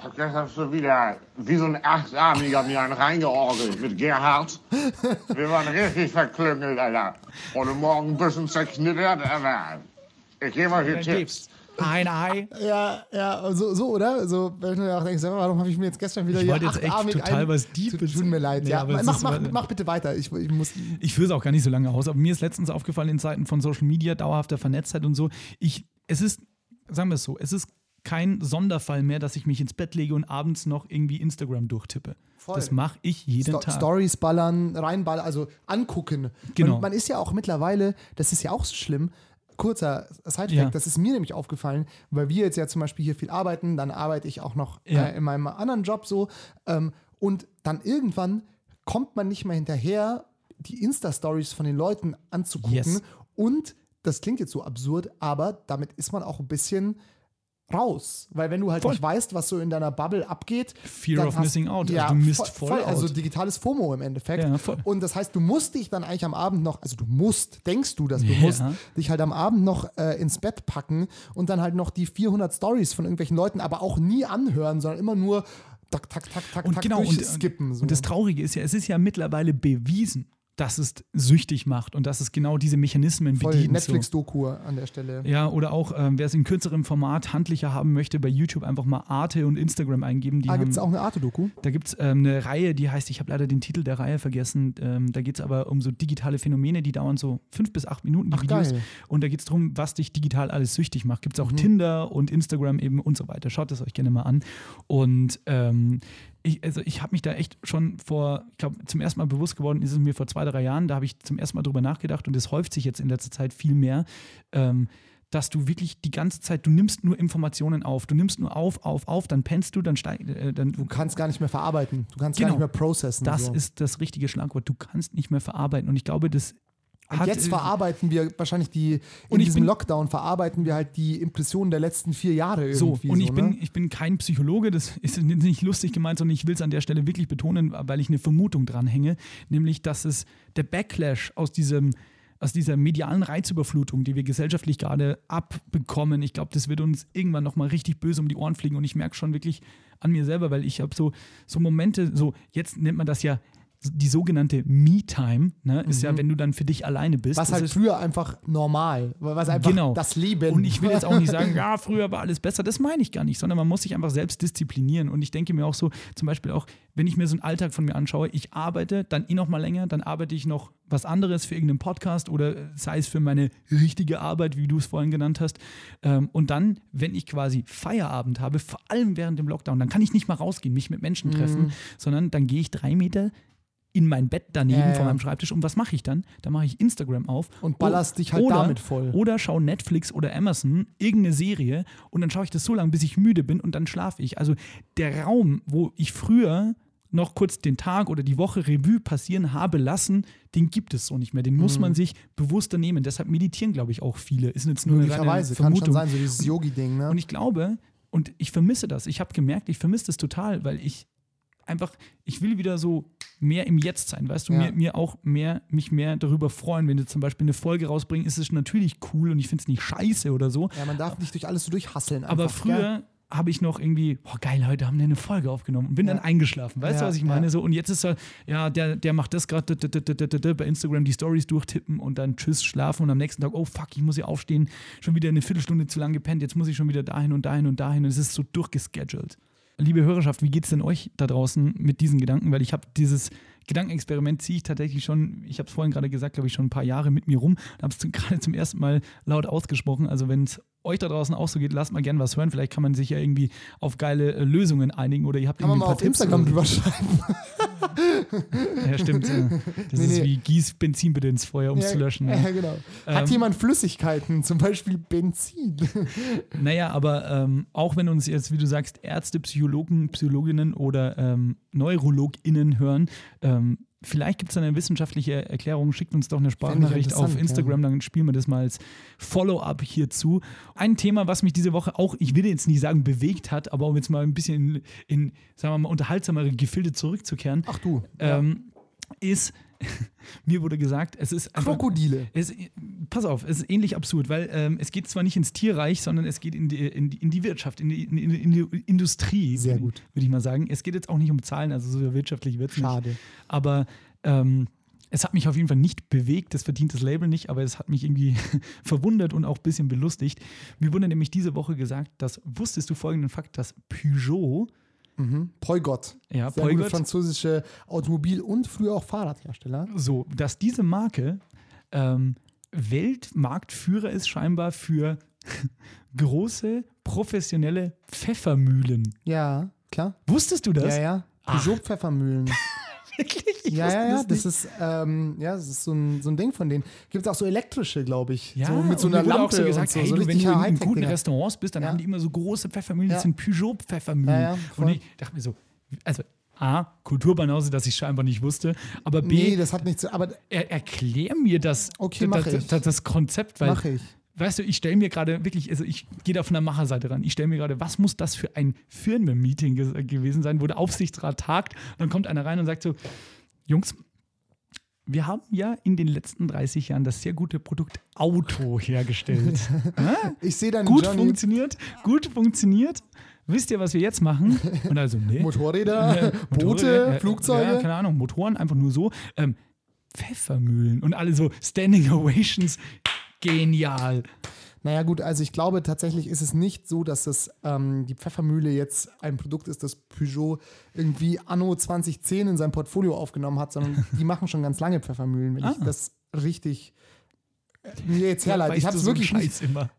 S4: Hab gestern schon wieder wie so ein Achtarmiger mir einen reingeorgelt mit Gerhard. Wir waren richtig verklüngelt, Alter. Und morgen ein bisschen zerknittert, Alter. Ich gebe euch die Tipps.
S3: Ein Ei.
S2: Ja, ja, so, so oder? So, wenn du auch denkst, warum habe ich mir jetzt gestern wieder
S3: Ich
S2: hier
S3: wollte jetzt echt
S2: achtarmig
S3: total
S2: ein-
S3: was Deepes-
S2: Tut mir leid,
S3: Nee,
S2: ja.
S3: aber es
S2: Mach,
S3: ist-
S2: mach, mach bitte weiter. Ich, ich muss.
S3: Ich führe es auch gar nicht so lange aus, aber mir ist letztens aufgefallen in Zeiten von Social Media, dauerhafter Vernetztheit und so. Ich, es ist, sagen wir es so, es ist kein Sonderfall mehr, dass ich mich ins Bett lege und abends noch irgendwie Instagram durchtippe.
S2: Voll.
S3: Das mache ich jeden
S2: Sto
S3: Tag.
S2: Stories ballern, reinballern, also angucken.
S3: Genau.
S2: Man, man ist ja auch mittlerweile, das ist ja auch so schlimm. Kurzer Sidefact,
S3: Ja.
S2: das ist mir nämlich aufgefallen, weil wir jetzt ja zum Beispiel hier viel arbeiten, dann arbeite ich auch noch
S3: Ja.
S2: äh, in meinem anderen Job so. Ähm, und dann irgendwann kommt man nicht mehr hinterher, die Insta-Stories von den Leuten anzugucken.
S3: Yes.
S2: Und das klingt jetzt so absurd, aber damit ist man auch ein bisschen raus. Weil wenn du halt
S3: Voll.
S2: nicht weißt, was so in deiner Bubble abgeht,
S3: Fear
S2: dann
S3: of
S2: hast-
S3: missing out. Also
S2: Ja,
S3: du misst
S2: voll,
S3: voll
S2: voll
S3: out.
S2: Also digitales FOMO im Endeffekt.
S3: Ja, voll.
S2: Und das heißt, du musst dich dann eigentlich am Abend noch, also du musst, denkst du, dass du
S3: Ja.
S2: musst, dich halt am Abend noch äh, ins Bett packen und dann halt noch die 400 Stories von irgendwelchen Leuten, aber auch nie anhören, sondern immer nur tak, tak, tak, tak,
S3: und
S2: tak
S3: genau, und,
S2: durchskippen. so.
S3: und das Traurige ist ja, es ist ja mittlerweile bewiesen, dass es süchtig macht und dass es genau diese Mechanismen
S2: Voll
S3: bedient. so.
S2: Netflix-Doku an der Stelle.
S3: Ja, oder auch, ähm, wer es in kürzerem Format handlicher haben möchte, bei YouTube einfach mal Arte und Instagram eingeben. Die
S2: Ah,
S3: haben,
S2: gibt es auch eine Arte-Doku?
S3: Da gibt es ähm, eine Reihe, die heißt, ich habe leider den Titel der Reihe vergessen, ähm, da geht es aber um so digitale Phänomene, die dauern so fünf bis acht Minuten, die
S2: Ach,
S3: Videos.
S2: geil. Mhm.
S3: Und da geht es darum, was dich digital alles süchtig macht. Gibt es auch Tinder und Instagram eben und so weiter. Schaut das euch gerne mal an. Und ähm, ich, also ich habe mich da echt schon vor, ich glaube, zum ersten Mal bewusst geworden, ist es mir vor zwei, drei Jahren, da habe ich zum ersten Mal drüber nachgedacht und es häuft sich jetzt in letzter Zeit viel mehr. Ähm, dass du wirklich die ganze Zeit, du nimmst nur Informationen auf, du nimmst nur auf, auf, auf, dann pennst du, dann steigst, äh, dann
S2: Du kannst gar nicht mehr verarbeiten. Du kannst gar
S3: Genau.
S2: nicht mehr processen.
S3: das
S2: so.
S3: ist das richtige Schlagwort. Du kannst nicht mehr verarbeiten. Und ich glaube, das
S2: Und
S3: hat. äh,
S2: jetzt verarbeiten wir wahrscheinlich die, in
S3: Und ich
S2: diesem
S3: bin-
S2: Lockdown verarbeiten wir halt die Impressionen der letzten vier Jahre
S3: so,
S2: irgendwie.
S3: und ich,
S2: so,
S3: bin,
S2: ne?
S3: ich bin kein Psychologe, das ist nicht lustig gemeint, sondern ich will es an der Stelle wirklich betonen, weil ich eine Vermutung dranhänge, nämlich, dass es der Backlash aus diesem aus dieser medialen Reizüberflutung, die wir gesellschaftlich gerade abbekommen, ich glaube, das wird uns irgendwann nochmal richtig böse um die Ohren fliegen und ich merke schon wirklich an mir selber, weil ich habe so, so Momente, so jetzt nennt man das ja die sogenannte Me-Time, ne, ist ja, wenn du dann für dich alleine bist.
S2: Mhm. Was
S3: Das
S2: halt
S3: ist-
S2: früher einfach normal, weil- was einfach
S3: Genau.
S2: das Leben.
S3: Und ich will jetzt auch nicht sagen, ja, früher war alles besser. Das meine ich gar nicht, sondern man muss sich einfach selbst disziplinieren. Und ich denke mir auch so, zum Beispiel auch, wenn ich mir so einen Alltag von mir anschaue, ich arbeite dann eh noch mal länger, dann arbeite ich noch was anderes für irgendeinen Podcast oder äh, sei es für meine richtige Arbeit, wie du es vorhin genannt hast. Ähm, und dann, wenn ich quasi Feierabend habe, vor allem während dem Lockdown, dann kann ich nicht mal rausgehen, mich mit Menschen treffen,
S2: Mhm.
S3: sondern dann gehe ich drei Meter in mein Bett daneben
S2: Ja, ja.
S3: vor meinem Schreibtisch. Und was mache ich dann? Dann mache ich Instagram auf.
S2: Und ballerst dich halt
S3: oder,
S2: damit voll.
S3: Oder schaue Netflix oder Amazon, irgendeine Serie und dann schaue ich das so lange, bis ich müde bin und dann schlafe ich. Also der Raum, wo ich früher noch kurz den Tag oder die Woche Revue passieren habe lassen, den gibt es so nicht mehr. Den muss
S2: Mhm.
S3: man sich bewusster nehmen. Deshalb meditieren, glaube ich, auch viele. Ist jetzt nur eine reine
S2: möglicherweise kann schon
S3: Vermutung.
S2: sein, so dieses Yogi-Ding. Ne?
S3: Und ich glaube, und ich vermisse das. Ich habe gemerkt, ich vermisse das total, weil ich einfach, ich will wieder so mehr im Jetzt sein, weißt du,
S2: Ja.
S3: mir, mir auch mehr, mich mehr darüber freuen, wenn du zum Beispiel eine Folge rausbringst, ist es natürlich cool und ich finde es nicht scheiße oder so.
S2: ja, man darf nicht durch alles so durchhasseln.
S3: aber
S2: einfach,
S3: früher
S2: gell?
S3: habe ich noch irgendwie, oh geil, heute haben wir eine Folge aufgenommen und bin dann eingeschlafen. Weißt
S2: Ja,
S3: du, was ich
S2: ja.
S3: meine? So, und jetzt ist halt, ja, der, der macht das gerade d- d- d- d- d- d- bei Instagram die Stories durchtippen und dann tschüss, schlafen und am nächsten Tag, oh fuck, ich muss hier aufstehen, schon wieder eine Viertelstunde zu lang gepennt, jetzt muss ich schon wieder dahin und dahin und dahin und es ist so durchgescheduled. Liebe Hörerschaft, wie geht's denn euch da draußen mit diesen Gedanken? Weil ich habe dieses Gedankenexperiment ziehe ich tatsächlich schon, ich habe es vorhin gerade gesagt, glaube ich, schon ein paar Jahre mit mir rum und habe es gerade zum ersten Mal laut ausgesprochen. Also wenn es euch da draußen auch so geht, lasst mal gerne was hören. Vielleicht kann man sich ja irgendwie auf geile äh, Lösungen einigen oder ihr habt
S2: Kann man
S3: irgendwie
S2: mal
S3: ein paar
S2: auf
S3: Tipps
S2: Instagram
S3: oder
S2: drüber schreiben.
S3: so. Ja, stimmt. äh, Das
S2: Nee,
S3: ist
S2: nee.
S3: wie Gieß Benzin bitte ins Feuer, um es zu löschen.
S2: Ja,
S3: Ja.
S2: genau. Hat
S3: Ähm.
S2: jemand Flüssigkeiten, zum Beispiel Benzin?
S3: Naja, aber ähm, auch wenn uns jetzt, wie du sagst, Ärzte, Psychologen, Psychologinnen oder ähm, NeurologInnen hören, ähm, vielleicht gibt es eine wissenschaftliche Erklärung, schickt uns doch eine Sprachnachricht auf
S2: interessant,
S3: Instagram, dann spielen wir das mal als Follow-up hierzu. Ein Thema, was mich diese Woche auch, ich will jetzt nicht sagen bewegt hat, aber um jetzt mal ein bisschen in, in sagen wir mal, unterhaltsamere Gefilde zurückzukehren,
S2: Ach du.
S3: ähm, ist, mir wurde gesagt, es ist einfach...
S2: Krokodile.
S3: Es, pass auf, es ist ähnlich absurd, weil ähm, es geht zwar nicht ins Tierreich, sondern es geht in die, in die, in die Wirtschaft, in die, in, die- in die Industrie.
S2: Sehr
S3: würd-
S2: gut.
S3: Würde ich mal sagen. Es geht jetzt auch nicht um Zahlen, also so wirtschaftlich wird es nicht.
S2: Schade.
S3: Aber ähm, es hat mich auf jeden Fall nicht bewegt, das verdient das Label nicht, aber es hat mich irgendwie verwundert und auch ein bisschen belustigt. Mir wurde nämlich diese Woche gesagt, dass wusstest du folgenden Fakt, dass Peugeot,
S2: Peugeot.
S3: Ja,
S2: Sehr gute
S3: Peugeot.
S2: französische Automobil- und früher auch Fahrradhersteller.
S3: so, dass diese Marke ähm, Weltmarktführer ist scheinbar für große professionelle Pfeffermühlen.
S2: Ja, klar.
S3: Wusstest du das?
S2: Ja, ja. Peugeot Pfeffermühlen.
S3: Ah. Wirklich? Ich
S2: Ja,
S3: wusste
S2: ja, ja. Das
S3: nicht.
S2: ist, ähm, ja, das ist so ein, so ein Ding von denen. Gibt es auch so elektrische, glaube ich.
S3: ja,
S2: so mit so
S3: und
S2: einer
S3: mir wurde
S2: Lampe
S3: auch so gesagt,
S2: und so.
S3: hey,
S2: so
S3: du, wenn
S2: richtige
S3: du in- in
S2: Hightech-Dinger.
S3: guten Restaurants bist, dann
S2: Ja.
S3: haben die immer so große Pfeffermühlen,
S2: Ja.
S3: das sind Peugeot-Pfeffermühlen.
S2: Ja, ja, voll.
S3: und ich dachte mir so, also A, Kulturbanause, dass ich scheinbar nicht wusste, aber B,
S2: Nee, das hat nichts. Aber
S3: er, erklär mir das,
S2: Okay, mach
S3: das,
S2: ich.
S3: das, das, das Konzept, weil
S2: mache ich.
S3: Weißt du, ich stelle mir gerade wirklich, also ich gehe da von der Macherseite ran. Ich stelle mir gerade, was muss das für ein Firmenmeeting ges- äh, gewesen sein, wo der Aufsichtsrat tagt und dann kommt einer rein und sagt so, Jungs, wir haben ja in den letzten 30 Jahren das sehr gute Produkt Auto hergestellt.
S2: Ich sehe deinen
S3: gut
S2: Johnny.
S3: funktioniert, gut funktioniert. Wisst ihr, was wir jetzt machen? Und also, nee.
S2: Motorräder, Boote,
S3: Motorräder, äh,
S2: Flugzeuge.
S3: Ja, keine Ahnung, Motoren, einfach nur so. Ähm, Pfeffermühlen und alle so Standing Ovations. Genial.
S2: Naja gut, also ich glaube tatsächlich ist es nicht so, dass das, ähm, die Pfeffermühle jetzt ein Produkt ist, das Peugeot irgendwie anno 2010 in sein Portfolio aufgenommen hat, sondern die machen schon ganz lange Pfeffermühlen, wenn ich das richtig äh, mir jetzt herleite. Ich
S3: Ah.
S2: habe
S3: Weißt du,
S2: es
S3: so einen
S2: wirklich nicht,
S3: Scheiß immer.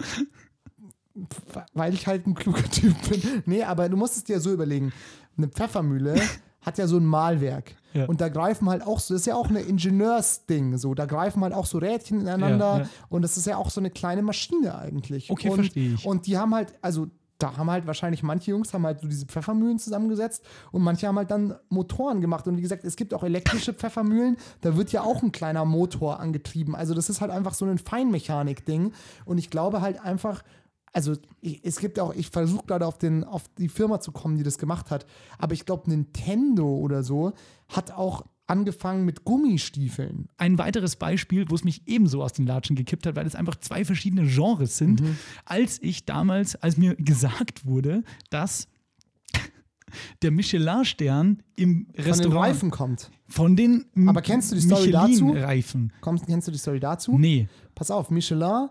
S2: weil ich halt ein kluger Typ bin. Nee, aber du musst es dir so überlegen. Eine Pfeffermühle hat ja so ein Mahlwerk.
S3: Ja.
S2: Und da greifen halt auch so, das ist ja auch ein Ingenieursding, so, da greifen halt auch so Rädchen ineinander
S3: Ja, ja.
S2: und das ist ja auch so eine kleine Maschine eigentlich.
S3: Okay,
S2: und,
S3: verstehe ich.
S2: Und die haben halt, also da haben halt wahrscheinlich manche Jungs haben halt so diese Pfeffermühlen zusammengesetzt und manche haben halt dann Motoren gemacht. Und wie gesagt, es gibt auch elektrische Pfeffermühlen, da wird ja auch ein kleiner Motor angetrieben. Also das ist halt einfach so ein Feinmechanik-Ding. Und ich glaube halt einfach, also ich, es gibt auch, ich versuche gerade auf, den- auf die Firma zu kommen, die das gemacht hat, aber ich glaube, Nintendo oder so hat auch angefangen mit Gummistiefeln.
S3: Ein weiteres Beispiel, wo es mich ebenso aus den Latschen gekippt hat, weil es einfach zwei verschiedene Genres sind,
S2: Mhm.
S3: als ich damals, als mir gesagt wurde, dass der Michelin-Stern im
S2: Von den
S3: Restaurant
S2: Reifen kommt.
S3: von den M-
S2: Aber kennst du die Story dazu?
S3: Michelin-Reifen.
S2: Kommst, kennst du die Story dazu?
S3: Nee,
S2: Pass auf, Michelin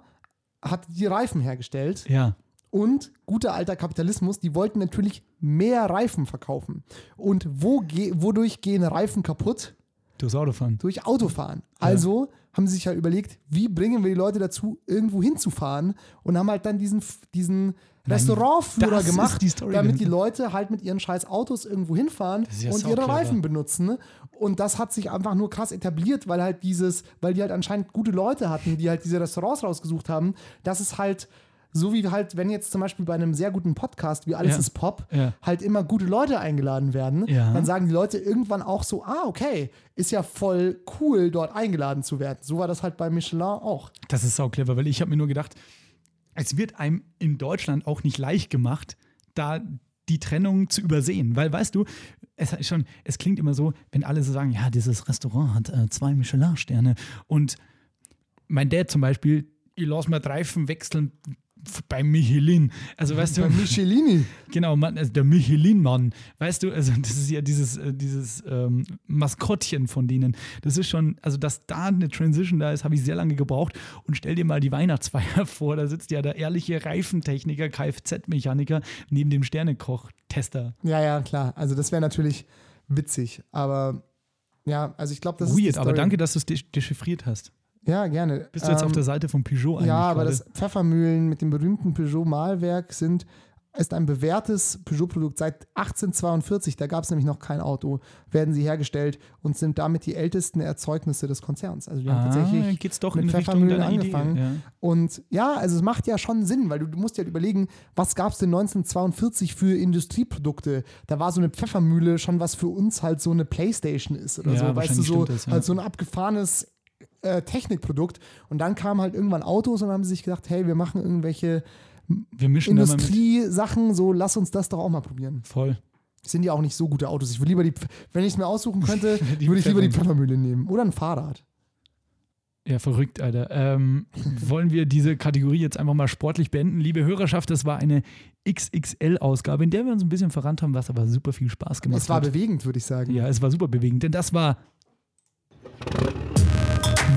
S2: hat die Reifen hergestellt
S3: ja.
S2: und guter alter Kapitalismus, die wollten natürlich mehr Reifen verkaufen. Und wo ge wodurch gehen Reifen kaputt?
S3: Durchs Autofahren.
S2: Durch Autofahren. Also haben sie sich ja überlegt, wie bringen wir die Leute dazu, irgendwo hinzufahren und haben halt dann diesen, F- diesen Restaurantführer
S3: das ist
S2: gemacht,
S3: die Story
S2: damit die
S3: dahinter.
S2: Leute halt mit ihren scheiß Autos irgendwo hinfahren
S3: ist ja
S2: und
S3: sau
S2: ihre
S3: clever.
S2: Reifen benutzen. Und das hat sich einfach nur krass etabliert, weil halt dieses, weil die halt anscheinend gute Leute hatten, die halt diese Restaurants rausgesucht haben. Das ist halt so wie halt, wenn jetzt zum Beispiel bei einem sehr guten Podcast wie Alles
S3: Ja.
S2: ist Pop
S3: Ja.
S2: halt immer gute Leute eingeladen werden,
S3: Ja.
S2: dann sagen die Leute irgendwann auch so, ah, okay, ist ja voll cool, dort eingeladen zu werden. So war das halt bei Michelin auch.
S3: Das ist sau clever, weil ich habe mir nur gedacht, es wird einem in Deutschland auch nicht leicht gemacht, da die Trennung zu übersehen. Weil, weißt du, es, hat schon, es klingt immer so, wenn alle so sagen, ja, dieses Restaurant hat äh, zwei Michelin-Sterne. Und mein Dad zum Beispiel, ich lasse mal Reifen wechseln f- bei Michelin. Also, weißt du,
S2: Michelini.
S3: Genau, Mann, also der Michelin-Mann. Weißt du, also das ist ja dieses, äh, dieses ähm, Maskottchen von denen. Das ist schon, also dass da eine Transition da ist, habe ich sehr lange gebraucht. Und stell dir mal die Weihnachtsfeier vor, da sitzt ja der ehrliche Reifentechniker, Kfz-Mechaniker neben dem Sternekoch-Tester.
S2: Ja, ja, klar. Also das wäre natürlich witzig, aber ja, also ich glaube, das ist die
S3: Weird, aber
S2: Story.
S3: danke, dass du es de- dechiffriert hast.
S2: Ja, gerne. Ähm,
S3: Bist du jetzt auf der Seite von Peugeot eigentlich?
S2: Ja, aber
S3: gerade?
S2: das Pfeffermühlen mit dem berühmten Peugeot-Mahlwerk sind, ist ein bewährtes Peugeot-Produkt seit 1842. Da gab es nämlich noch kein Auto. Werden sie hergestellt und sind damit die ältesten Erzeugnisse des Konzerns. Also die haben
S3: ah,
S2: tatsächlich
S3: geht's doch
S2: mit
S3: in Richtung
S2: Pfeffermühlen
S3: deiner
S2: angefangen.
S3: Idee. Ja.
S2: Und ja, also es macht ja schon Sinn, weil du, du musst ja überlegen, was gab es denn 1942 für Industrieprodukte? Da war so eine Pfeffermühle schon was für uns halt so eine Playstation ist oder
S3: Ja,
S2: so, weißt du,
S3: wahrscheinlich
S2: so,
S3: stimmt das, ja.
S2: halt so ein abgefahrenes äh, Technikprodukt. Und dann kamen halt irgendwann Autos und haben sich gedacht, hey, wir machen irgendwelche
S3: Wir mischen da mal mit.
S2: Industriesachen, so lass uns das doch auch mal probieren.
S3: Voll.
S2: Sind ja auch nicht so gute Autos. Ich würde lieber die, Pf- wenn ich es mir aussuchen könnte,
S3: Die
S2: würde ich lieber die
S3: Pfeffermühle.
S2: Pfeffermühle nehmen oder ein Fahrrad.
S3: Ja, verrückt, Alter. Ähm, wollen wir diese Kategorie jetzt einfach mal sportlich beenden? Liebe Hörerschaft, das war eine XXL-Ausgabe, in der wir uns ein bisschen verrannt haben, was aber super viel Spaß gemacht
S2: Es war
S3: hat.
S2: bewegend, würde ich sagen.
S3: Ja, es war super bewegend, denn das war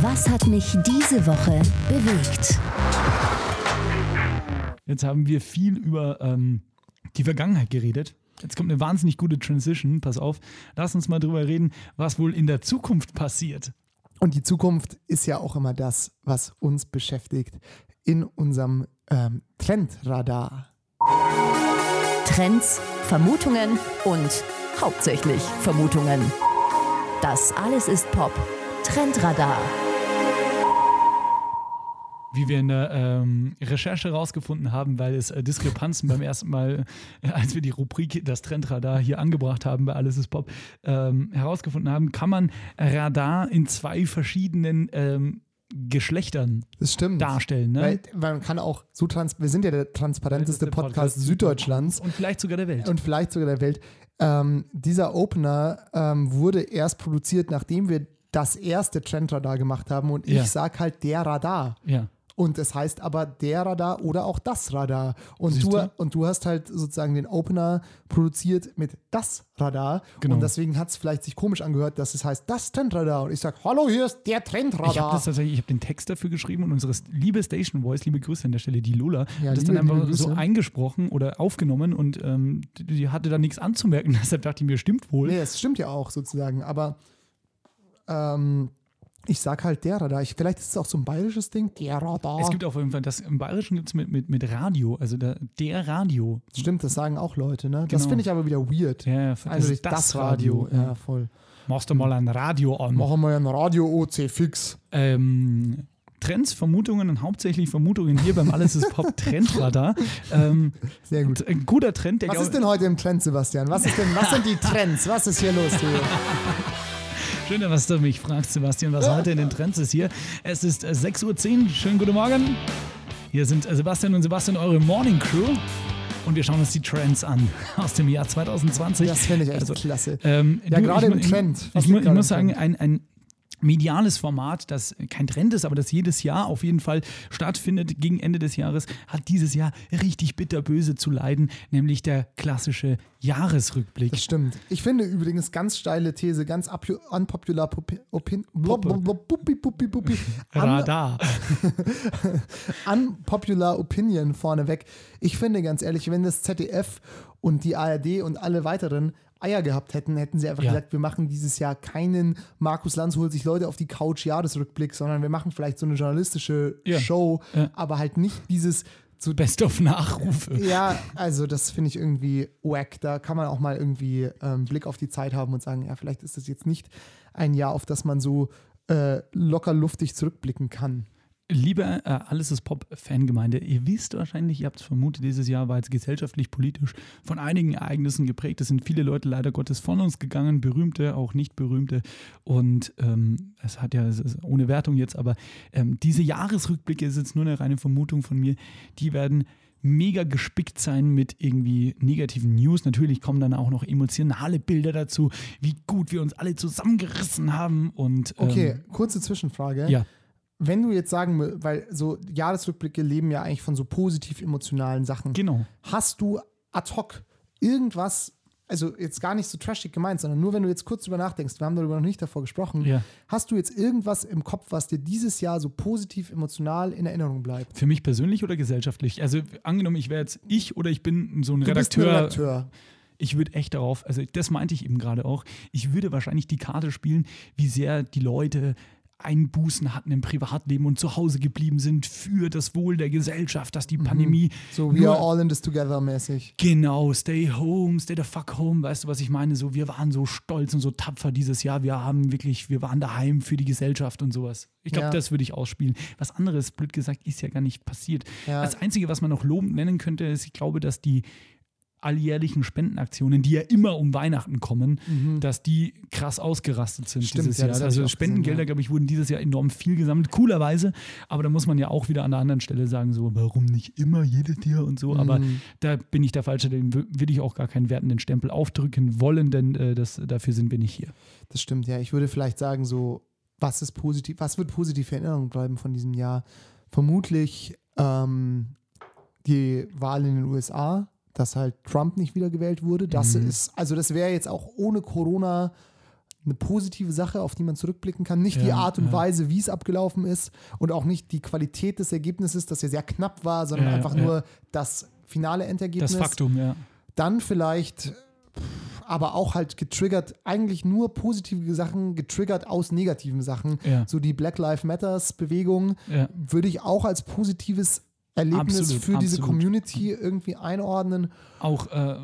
S1: Was hat mich diese Woche bewegt?
S3: Jetzt haben wir viel über ähm, die Vergangenheit geredet. Jetzt kommt eine wahnsinnig gute Transition. Pass auf, lass uns mal drüber reden, was wohl in der Zukunft passiert.
S2: Und die Zukunft ist ja auch immer das, was uns beschäftigt in unserem ähm, Trendradar.
S1: Trends, Vermutungen und hauptsächlich Vermutungen. Das alles ist Pop. Trendradar.
S3: Wie wir in der ähm, Recherche rausgefunden haben, weil es äh, Diskrepanzen beim ersten Mal, äh, als wir die Rubrik Das Trendradar hier angebracht haben bei Alles ist Pop, ähm, herausgefunden haben, kann man Radar in zwei verschiedenen ähm, Geschlechtern
S2: Das stimmt.
S3: darstellen. Ne?
S2: Weil, weil man kann auch so trans wir sind ja der transparenteste
S3: Podcast
S2: Podcast Süddeutschlands
S3: Und vielleicht sogar der Welt.
S2: und vielleicht sogar der Welt. Ähm, dieser Opener ähm, wurde erst produziert, nachdem wir das erste Trendradar gemacht haben und
S3: Ja.
S2: ich sag halt der Radar.
S3: ja.
S2: Und es heißt aber der Radar oder auch das Radar. Und
S3: Siehst
S2: du,
S3: du?
S2: und du hast halt sozusagen den Opener produziert mit das Radar.
S3: Genau.
S2: Und deswegen hat es vielleicht sich komisch angehört, dass es heißt das Trendradar. Und ich sage, hallo, hier ist der
S3: Ich habe
S2: Trendradar.
S3: das halt tatsächlich, ich habe den Text dafür geschrieben und unsere liebe Station Voice, liebe Grüße an der Stelle, die Lola,
S2: Ja,
S3: hat das dann
S2: liebe,
S3: einfach
S2: liebe
S3: so
S2: Grüße.
S3: eingesprochen oder aufgenommen und ähm, die- die hatte da nichts anzumerken. Deshalb dachte ich mir, stimmt wohl.
S2: nee, es stimmt ja auch sozusagen. Aber ähm, ich sag halt der Radar. Ich, vielleicht ist es auch so ein bayerisches Ding. Der Radar.
S3: Es gibt auf jeden Fall, das im Bayerischen gibt es mit, mit, mit Radio, also der, der Radio.
S2: stimmt, das sagen auch Leute. Ne? Das
S3: Genau.
S2: finde ich aber wieder weird.
S3: Ja, das
S2: also
S3: ist
S2: das, Radio. Ja, voll.
S3: Machst du mal ein Radio an.
S2: Machen wir ein Radio OC fix.
S3: ähm, Trends, Vermutungen und hauptsächlich Vermutungen hier beim Alles ist Pop Trendradar. ähm,
S2: Sehr gut.
S3: ein guter Trend, der
S2: Was
S3: glaub-
S2: ist denn heute im Trend, Sebastian? Was, ist denn, was sind die Trends? Was ist hier los, Theo?
S3: Schön, dass du mich fragst, Sebastian, was heute in den Trends ist hier. Es ist äh, 6.10 Uhr. Schönen guten Morgen. Hier sind äh, Sebastian und Sebastian, eure Morning Crew. Und wir schauen uns die Trends an aus dem Jahr 2020.
S2: Das finde ich echt
S3: Also,
S2: klasse.
S3: ähm,
S2: Ja,
S3: du,
S2: gerade
S3: ich
S2: im
S3: mu- ich-
S2: Trend. Was
S3: Ich, mu-
S2: liegt
S3: ich
S2: gerade
S3: muss
S2: im Trend?
S3: sagen, ein, ein mediales Format, das kein Trend ist, aber das jedes Jahr auf jeden Fall stattfindet gegen Ende des Jahres, hat dieses Jahr richtig bitterböse zu leiden, nämlich der klassische Jahresrückblick.
S2: Das stimmt. Ich finde übrigens ganz steile These, ganz apu- unpopular Pupi- Opin. blub, blub, blub, Puppi, puppi, puppi. Un-
S3: Radar.
S2: Unpopular Opinion vorneweg. Ich finde ganz ehrlich, wenn das ZDF und die ARD und alle weiteren Eier gehabt hätten, hätten sie einfach
S3: Ja.
S2: gesagt, wir machen dieses Jahr keinen Markus Lanz holt sich Leute auf die Couch Jahresrückblick, sondern wir machen vielleicht so eine journalistische
S3: Ja.
S2: Show,
S3: Ja.
S2: aber halt nicht dieses zu
S3: Best of Nachrufe.
S2: Ja, also das finde ich irgendwie wack. Da kann man auch mal irgendwie ähm, Blick auf die Zeit haben und sagen, ja, vielleicht ist das jetzt nicht ein Jahr, auf das man so äh, locker luftig zurückblicken kann.
S3: Liebe äh, Alles ist Pop-Fangemeinde, ihr wisst wahrscheinlich, ihr habt es vermutet, dieses Jahr war jetzt gesellschaftlich, politisch von einigen Ereignissen geprägt. Es sind viele Leute leider Gottes von uns gegangen, berühmte, auch nicht berühmte. Und ähm, es hat ja, es ist ohne Wertung jetzt, aber ähm, diese Jahresrückblicke ist jetzt nur eine reine Vermutung von mir. Die werden mega gespickt sein mit irgendwie negativen News. Natürlich kommen dann auch noch emotionale Bilder dazu, wie gut wir uns alle zusammengerissen haben. Und, ähm,
S2: Okay, kurze Zwischenfrage.
S3: Ja.
S2: Wenn du jetzt sagen, wür- weil so Jahresrückblicke leben ja eigentlich von so positiv emotionalen Sachen.
S3: Genau.
S2: Hast du ad hoc irgendwas, also jetzt gar nicht so trashig gemeint, sondern nur wenn du jetzt kurz drüber nachdenkst, wir haben darüber noch nicht davor gesprochen,
S3: Ja.
S2: hast du jetzt irgendwas im Kopf, was dir dieses Jahr so positiv emotional in Erinnerung bleibt?
S3: Für mich persönlich oder gesellschaftlich? Also angenommen, ich wäre jetzt ich oder ich bin so ein
S2: Du bist ein
S3: Redakteur.
S2: Redakteur.
S3: Ich würde echt darauf, also das meinte ich eben gerade auch, ich würde wahrscheinlich die Karte spielen, wie sehr die Leute Einbußen hatten im Privatleben und zu Hause geblieben sind für das Wohl der Gesellschaft, dass die Pandemie
S2: Mhm. So, we
S3: nur-
S2: are all in this together mäßig.
S3: Genau, stay home, stay the fuck home, weißt du, was ich meine? So, wir waren so stolz und so tapfer dieses Jahr. Wir haben wirklich, wir waren daheim für die Gesellschaft und sowas. Ich glaube,
S2: Ja.
S3: das würde ich ausspielen. Was anderes, blöd gesagt, ist ja gar nicht passiert.
S2: Ja.
S3: Das Einzige, was man noch lobend nennen könnte, ist, ich glaube, dass die alljährlichen Spendenaktionen, die ja immer um Weihnachten kommen, dass die krass ausgerastet sind
S2: Mhm. Stimmt,
S3: dieses
S2: ja, das
S3: Jahr.
S2: hab ich
S3: Also
S2: auch
S3: Spendengelder,
S2: gesehen, ja.
S3: glaube ich, wurden dieses Jahr enorm viel gesammelt, coolerweise. Aber da muss man ja auch wieder an der anderen Stelle sagen, so, warum nicht immer jedes Jahr und so. Aber
S2: Mhm.
S3: da bin ich der Falsche, dem w- will ich auch gar keinen wertenden Stempel aufdrücken wollen, denn äh, das, dafür sind wir nicht hier.
S2: Das stimmt, ja. Ich würde vielleicht sagen, so was ist positiv, was wird positiv in Erinnerung bleiben von diesem Jahr? Vermutlich ähm, die Wahl in den USA, dass halt Trump nicht wiedergewählt wurde. Das
S3: Mhm.
S2: ist, also das wäre jetzt auch ohne Corona eine positive Sache, auf die man zurückblicken kann. Nicht die
S3: Ja,
S2: Art und
S3: ja.
S2: Weise, wie es abgelaufen ist und auch nicht die Qualität des Ergebnisses, das ja sehr knapp war, sondern
S3: Ja,
S2: einfach
S3: ja.
S2: nur das finale Endergebnis.
S3: Das Faktum, ja.
S2: Dann vielleicht, pff, aber auch halt getriggert, eigentlich nur positive Sachen getriggert aus negativen Sachen.
S3: Ja.
S2: So die Black Lives Matters Bewegung
S3: ja.
S2: würde ich auch als positives Erlebnis
S3: Absolut,
S2: für diese
S3: absolut.
S2: Community irgendwie einordnen.
S3: Auch äh,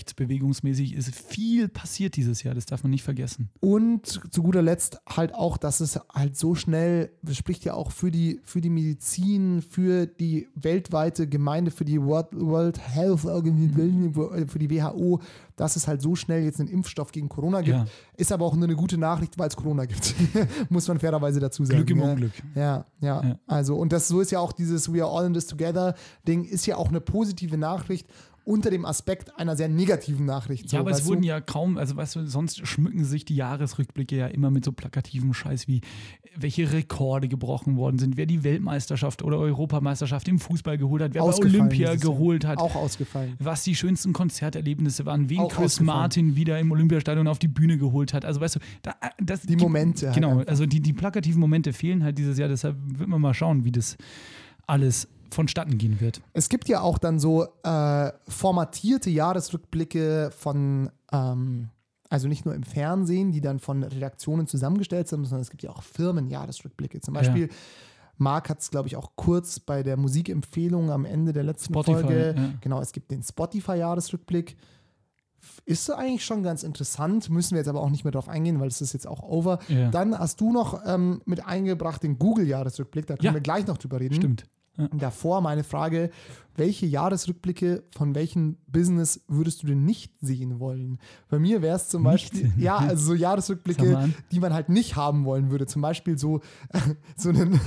S3: frauenrechtsbewegungsmäßig ist viel passiert dieses Jahr, das darf man nicht vergessen.
S2: Und zu guter Letzt halt auch, dass es halt so schnell, das spricht ja auch für die, für die Medizin, für die weltweite Gemeinde, für die World, World Health Organization,
S3: Mhm.
S2: für die WHO, dass es halt so schnell jetzt einen Impfstoff gegen Corona gibt.
S3: Ja.
S2: Ist aber auch nur eine gute Nachricht, weil es Corona gibt. Muss man fairerweise dazu sagen.
S3: Glück im
S2: ja.
S3: Unglück.
S2: Ja, ja,
S3: Ja.
S2: Also, und das so ist ja auch dieses We are all in this together Ding, ist ja auch eine positive Nachricht unter dem Aspekt einer sehr negativen Nachricht. so,
S3: ja, aber es
S2: weißt
S3: wurden
S2: du?
S3: ja kaum, also weißt du, sonst schmücken sich die Jahresrückblicke ja immer mit so plakativem Scheiß wie, welche Rekorde gebrochen worden sind, wer die Weltmeisterschaft oder Europameisterschaft im Fußball geholt hat, wer bei
S2: Ausgefallen
S3: Olympia
S2: dieses Jahr.
S3: geholt hat.
S2: Auch ausgefallen.
S3: was die schönsten Konzerterlebnisse waren, wen
S2: Auch
S3: Chris
S2: ausgefallen.
S3: Martin wieder im Olympiastadion auf die Bühne geholt hat. Also weißt du, da, das
S2: Die Momente halt
S3: Genau,
S2: einfach.
S3: also die, die plakativen Momente fehlen halt dieses Jahr, deshalb wird man mal schauen, wie das alles vonstatten gehen wird.
S2: Es gibt ja auch dann so äh, formatierte Jahresrückblicke von, ähm, also nicht nur im Fernsehen, die dann von Redaktionen zusammengestellt sind, sondern es gibt ja auch Firmenjahresrückblicke. Zum Beispiel, Marc hat es, glaube ich, auch kurz bei der Musikempfehlung am Ende der letzten
S3: Spotify,
S2: Folge.
S3: ja.
S2: Genau, es gibt den Spotify-Jahresrückblick. Ist eigentlich schon ganz interessant, müssen wir jetzt aber auch nicht mehr drauf eingehen, weil es ist jetzt auch over.
S3: Ja.
S2: Dann hast du noch ähm, mit eingebracht den Google-Jahresrückblick, da können
S3: Ja.
S2: wir gleich noch drüber reden.
S3: Stimmt. Ja.
S2: Davor meine Frage, welche Jahresrückblicke von welchem Business würdest du denn nicht sehen wollen? Bei mir wäre es zum
S3: Nicht
S2: Beispiel,
S3: sehen?
S2: ja, also so
S3: Sag mal
S2: Jahresrückblicke,
S3: an.
S2: die man halt nicht haben wollen würde. Zum Beispiel so, so, einen,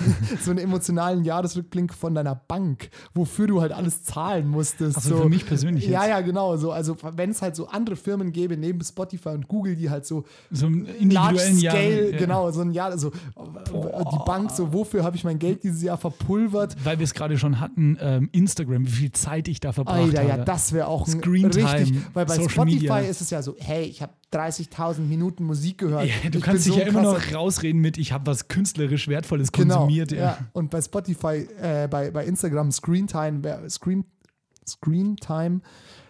S2: so einen emotionalen Jahresrückblick von deiner Bank, wofür du halt alles zahlen musstest.
S3: Also
S2: so.
S3: für mich persönlich
S2: Ja,
S3: jetzt.
S2: ja, genau. So. Also wenn es halt so andere Firmen gäbe, neben Spotify und Google, die halt so
S3: So im
S2: Large
S3: individuellen Jahr.
S2: Scale,
S3: ja.
S2: genau, so ein Jahr, also die Bank, so wofür habe ich mein Geld dieses Jahr verpulvert?
S3: Weil wir es gerade schon hatten, ähm, Instagram, wie viel Zeit ich da verbracht
S2: Alter,
S3: habe.
S2: ja, das wäre auch ein
S3: Screentime,
S2: richtig, weil bei
S3: Social
S2: Spotify
S3: Media.
S2: ist es ja so, hey, ich habe 30.000 Minuten Musik gehört.
S3: ja, du
S2: Ich
S3: kannst
S2: bin so
S3: dich ja
S2: ein
S3: immer
S2: krasser-
S3: noch rausreden mit, ich habe was künstlerisch Wertvolles
S2: genau,
S3: konsumiert.
S2: ja. Und bei Spotify, äh, bei, bei Instagram Screentime, wär- Screen, Screentime,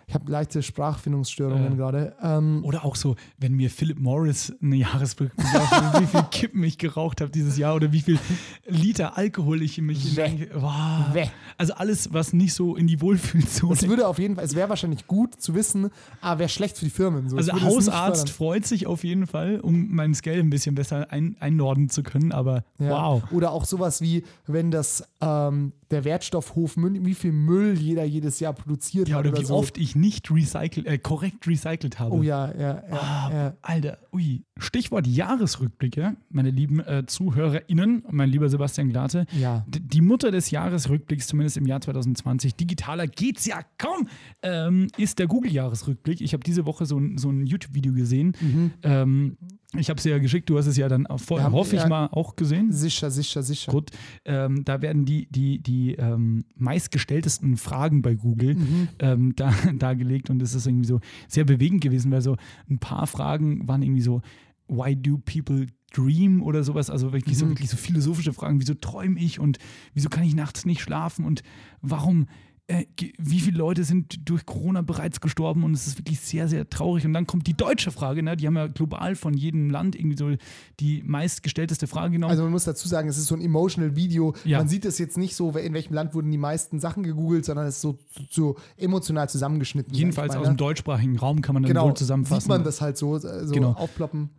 S2: ich habe leichte Sprachfindungsstörungen gerade. Ähm,
S3: Oder auch so, wenn mir Philip Morris eine Jahresbericht sagt, wie viel Kippen ich geraucht habe dieses Jahr oder wie viel Liter Alkohol ich in mich
S2: Wäh.
S3: hinein- Wow.
S2: Wäh.
S3: Also alles, was nicht so in die
S2: es
S3: Wohlfühlzone.
S2: würde auf jeden Fall, es wäre wahrscheinlich gut zu wissen, aber wäre schlecht für die Firmen. So. Es
S3: Also
S2: würde es nicht
S3: Hausarzt
S2: fördern.
S3: freut sich auf jeden Fall, um mein Scale ein bisschen besser ein, einnorden zu können, aber
S2: Ja.
S3: wow.
S2: Oder auch sowas wie, wenn das ähm, der Wertstoffhof, München- wie viel Müll jeder jedes Jahr produziert
S3: Ja,
S2: hat.
S3: oder wie
S2: so.
S3: oft ich nicht recycelt, äh, korrekt recycelt habe.
S2: Oh ja, ja, ja.
S3: Ah.
S2: ja.
S3: Alter, ui. Stichwort Jahresrückblicke, meine lieben äh, ZuhörerInnen, mein lieber Sebastian Glate.
S2: Ja.
S3: D- Die Mutter des Jahresrückblicks, zumindest im Jahr 2020, digitaler geht's ja kaum, ähm, ist der Google-Jahresrückblick. Ich habe diese Woche so ein, so ein YouTube-Video gesehen.
S2: Mhm.
S3: Ähm, ich habe es ja geschickt, du hast es ja dann auch vorher,
S2: Ja,
S3: hoffe
S2: ja.
S3: ich mal, auch gesehen.
S2: Sicher, sicher, sicher.
S3: Gut, ähm, da werden die, die, die ähm, meistgestelltesten Fragen bei Google ähm, da, dargelegt und es ist irgendwie so sehr bewegend gewesen, weil so ein paar Fragen waren irgendwie so, why do people dream oder sowas, also wirklich, so, wirklich so philosophische Fragen, wieso träume ich und wieso kann ich nachts nicht schlafen und warum äh, ge- wie viele Leute sind durch Corona bereits gestorben und es ist wirklich sehr, sehr traurig. Und dann kommt die deutsche Frage, ne? die haben ja global von jedem Land irgendwie so die meistgestellteste Frage genommen.
S2: Also man muss dazu sagen, es ist so ein emotional Video.
S3: Ja.
S2: Man sieht es jetzt nicht so, in welchem Land wurden die meisten Sachen gegoogelt, sondern es ist so, so emotional zusammengeschnitten. sag ich
S3: Jedenfalls
S2: mal,
S3: aus
S2: ne?
S3: dem deutschsprachigen Raum kann man dann
S2: genau.
S3: wohl zusammenfassen.
S2: Sieht man das halt so, äh, so
S3: Genau.
S2: aufploppen.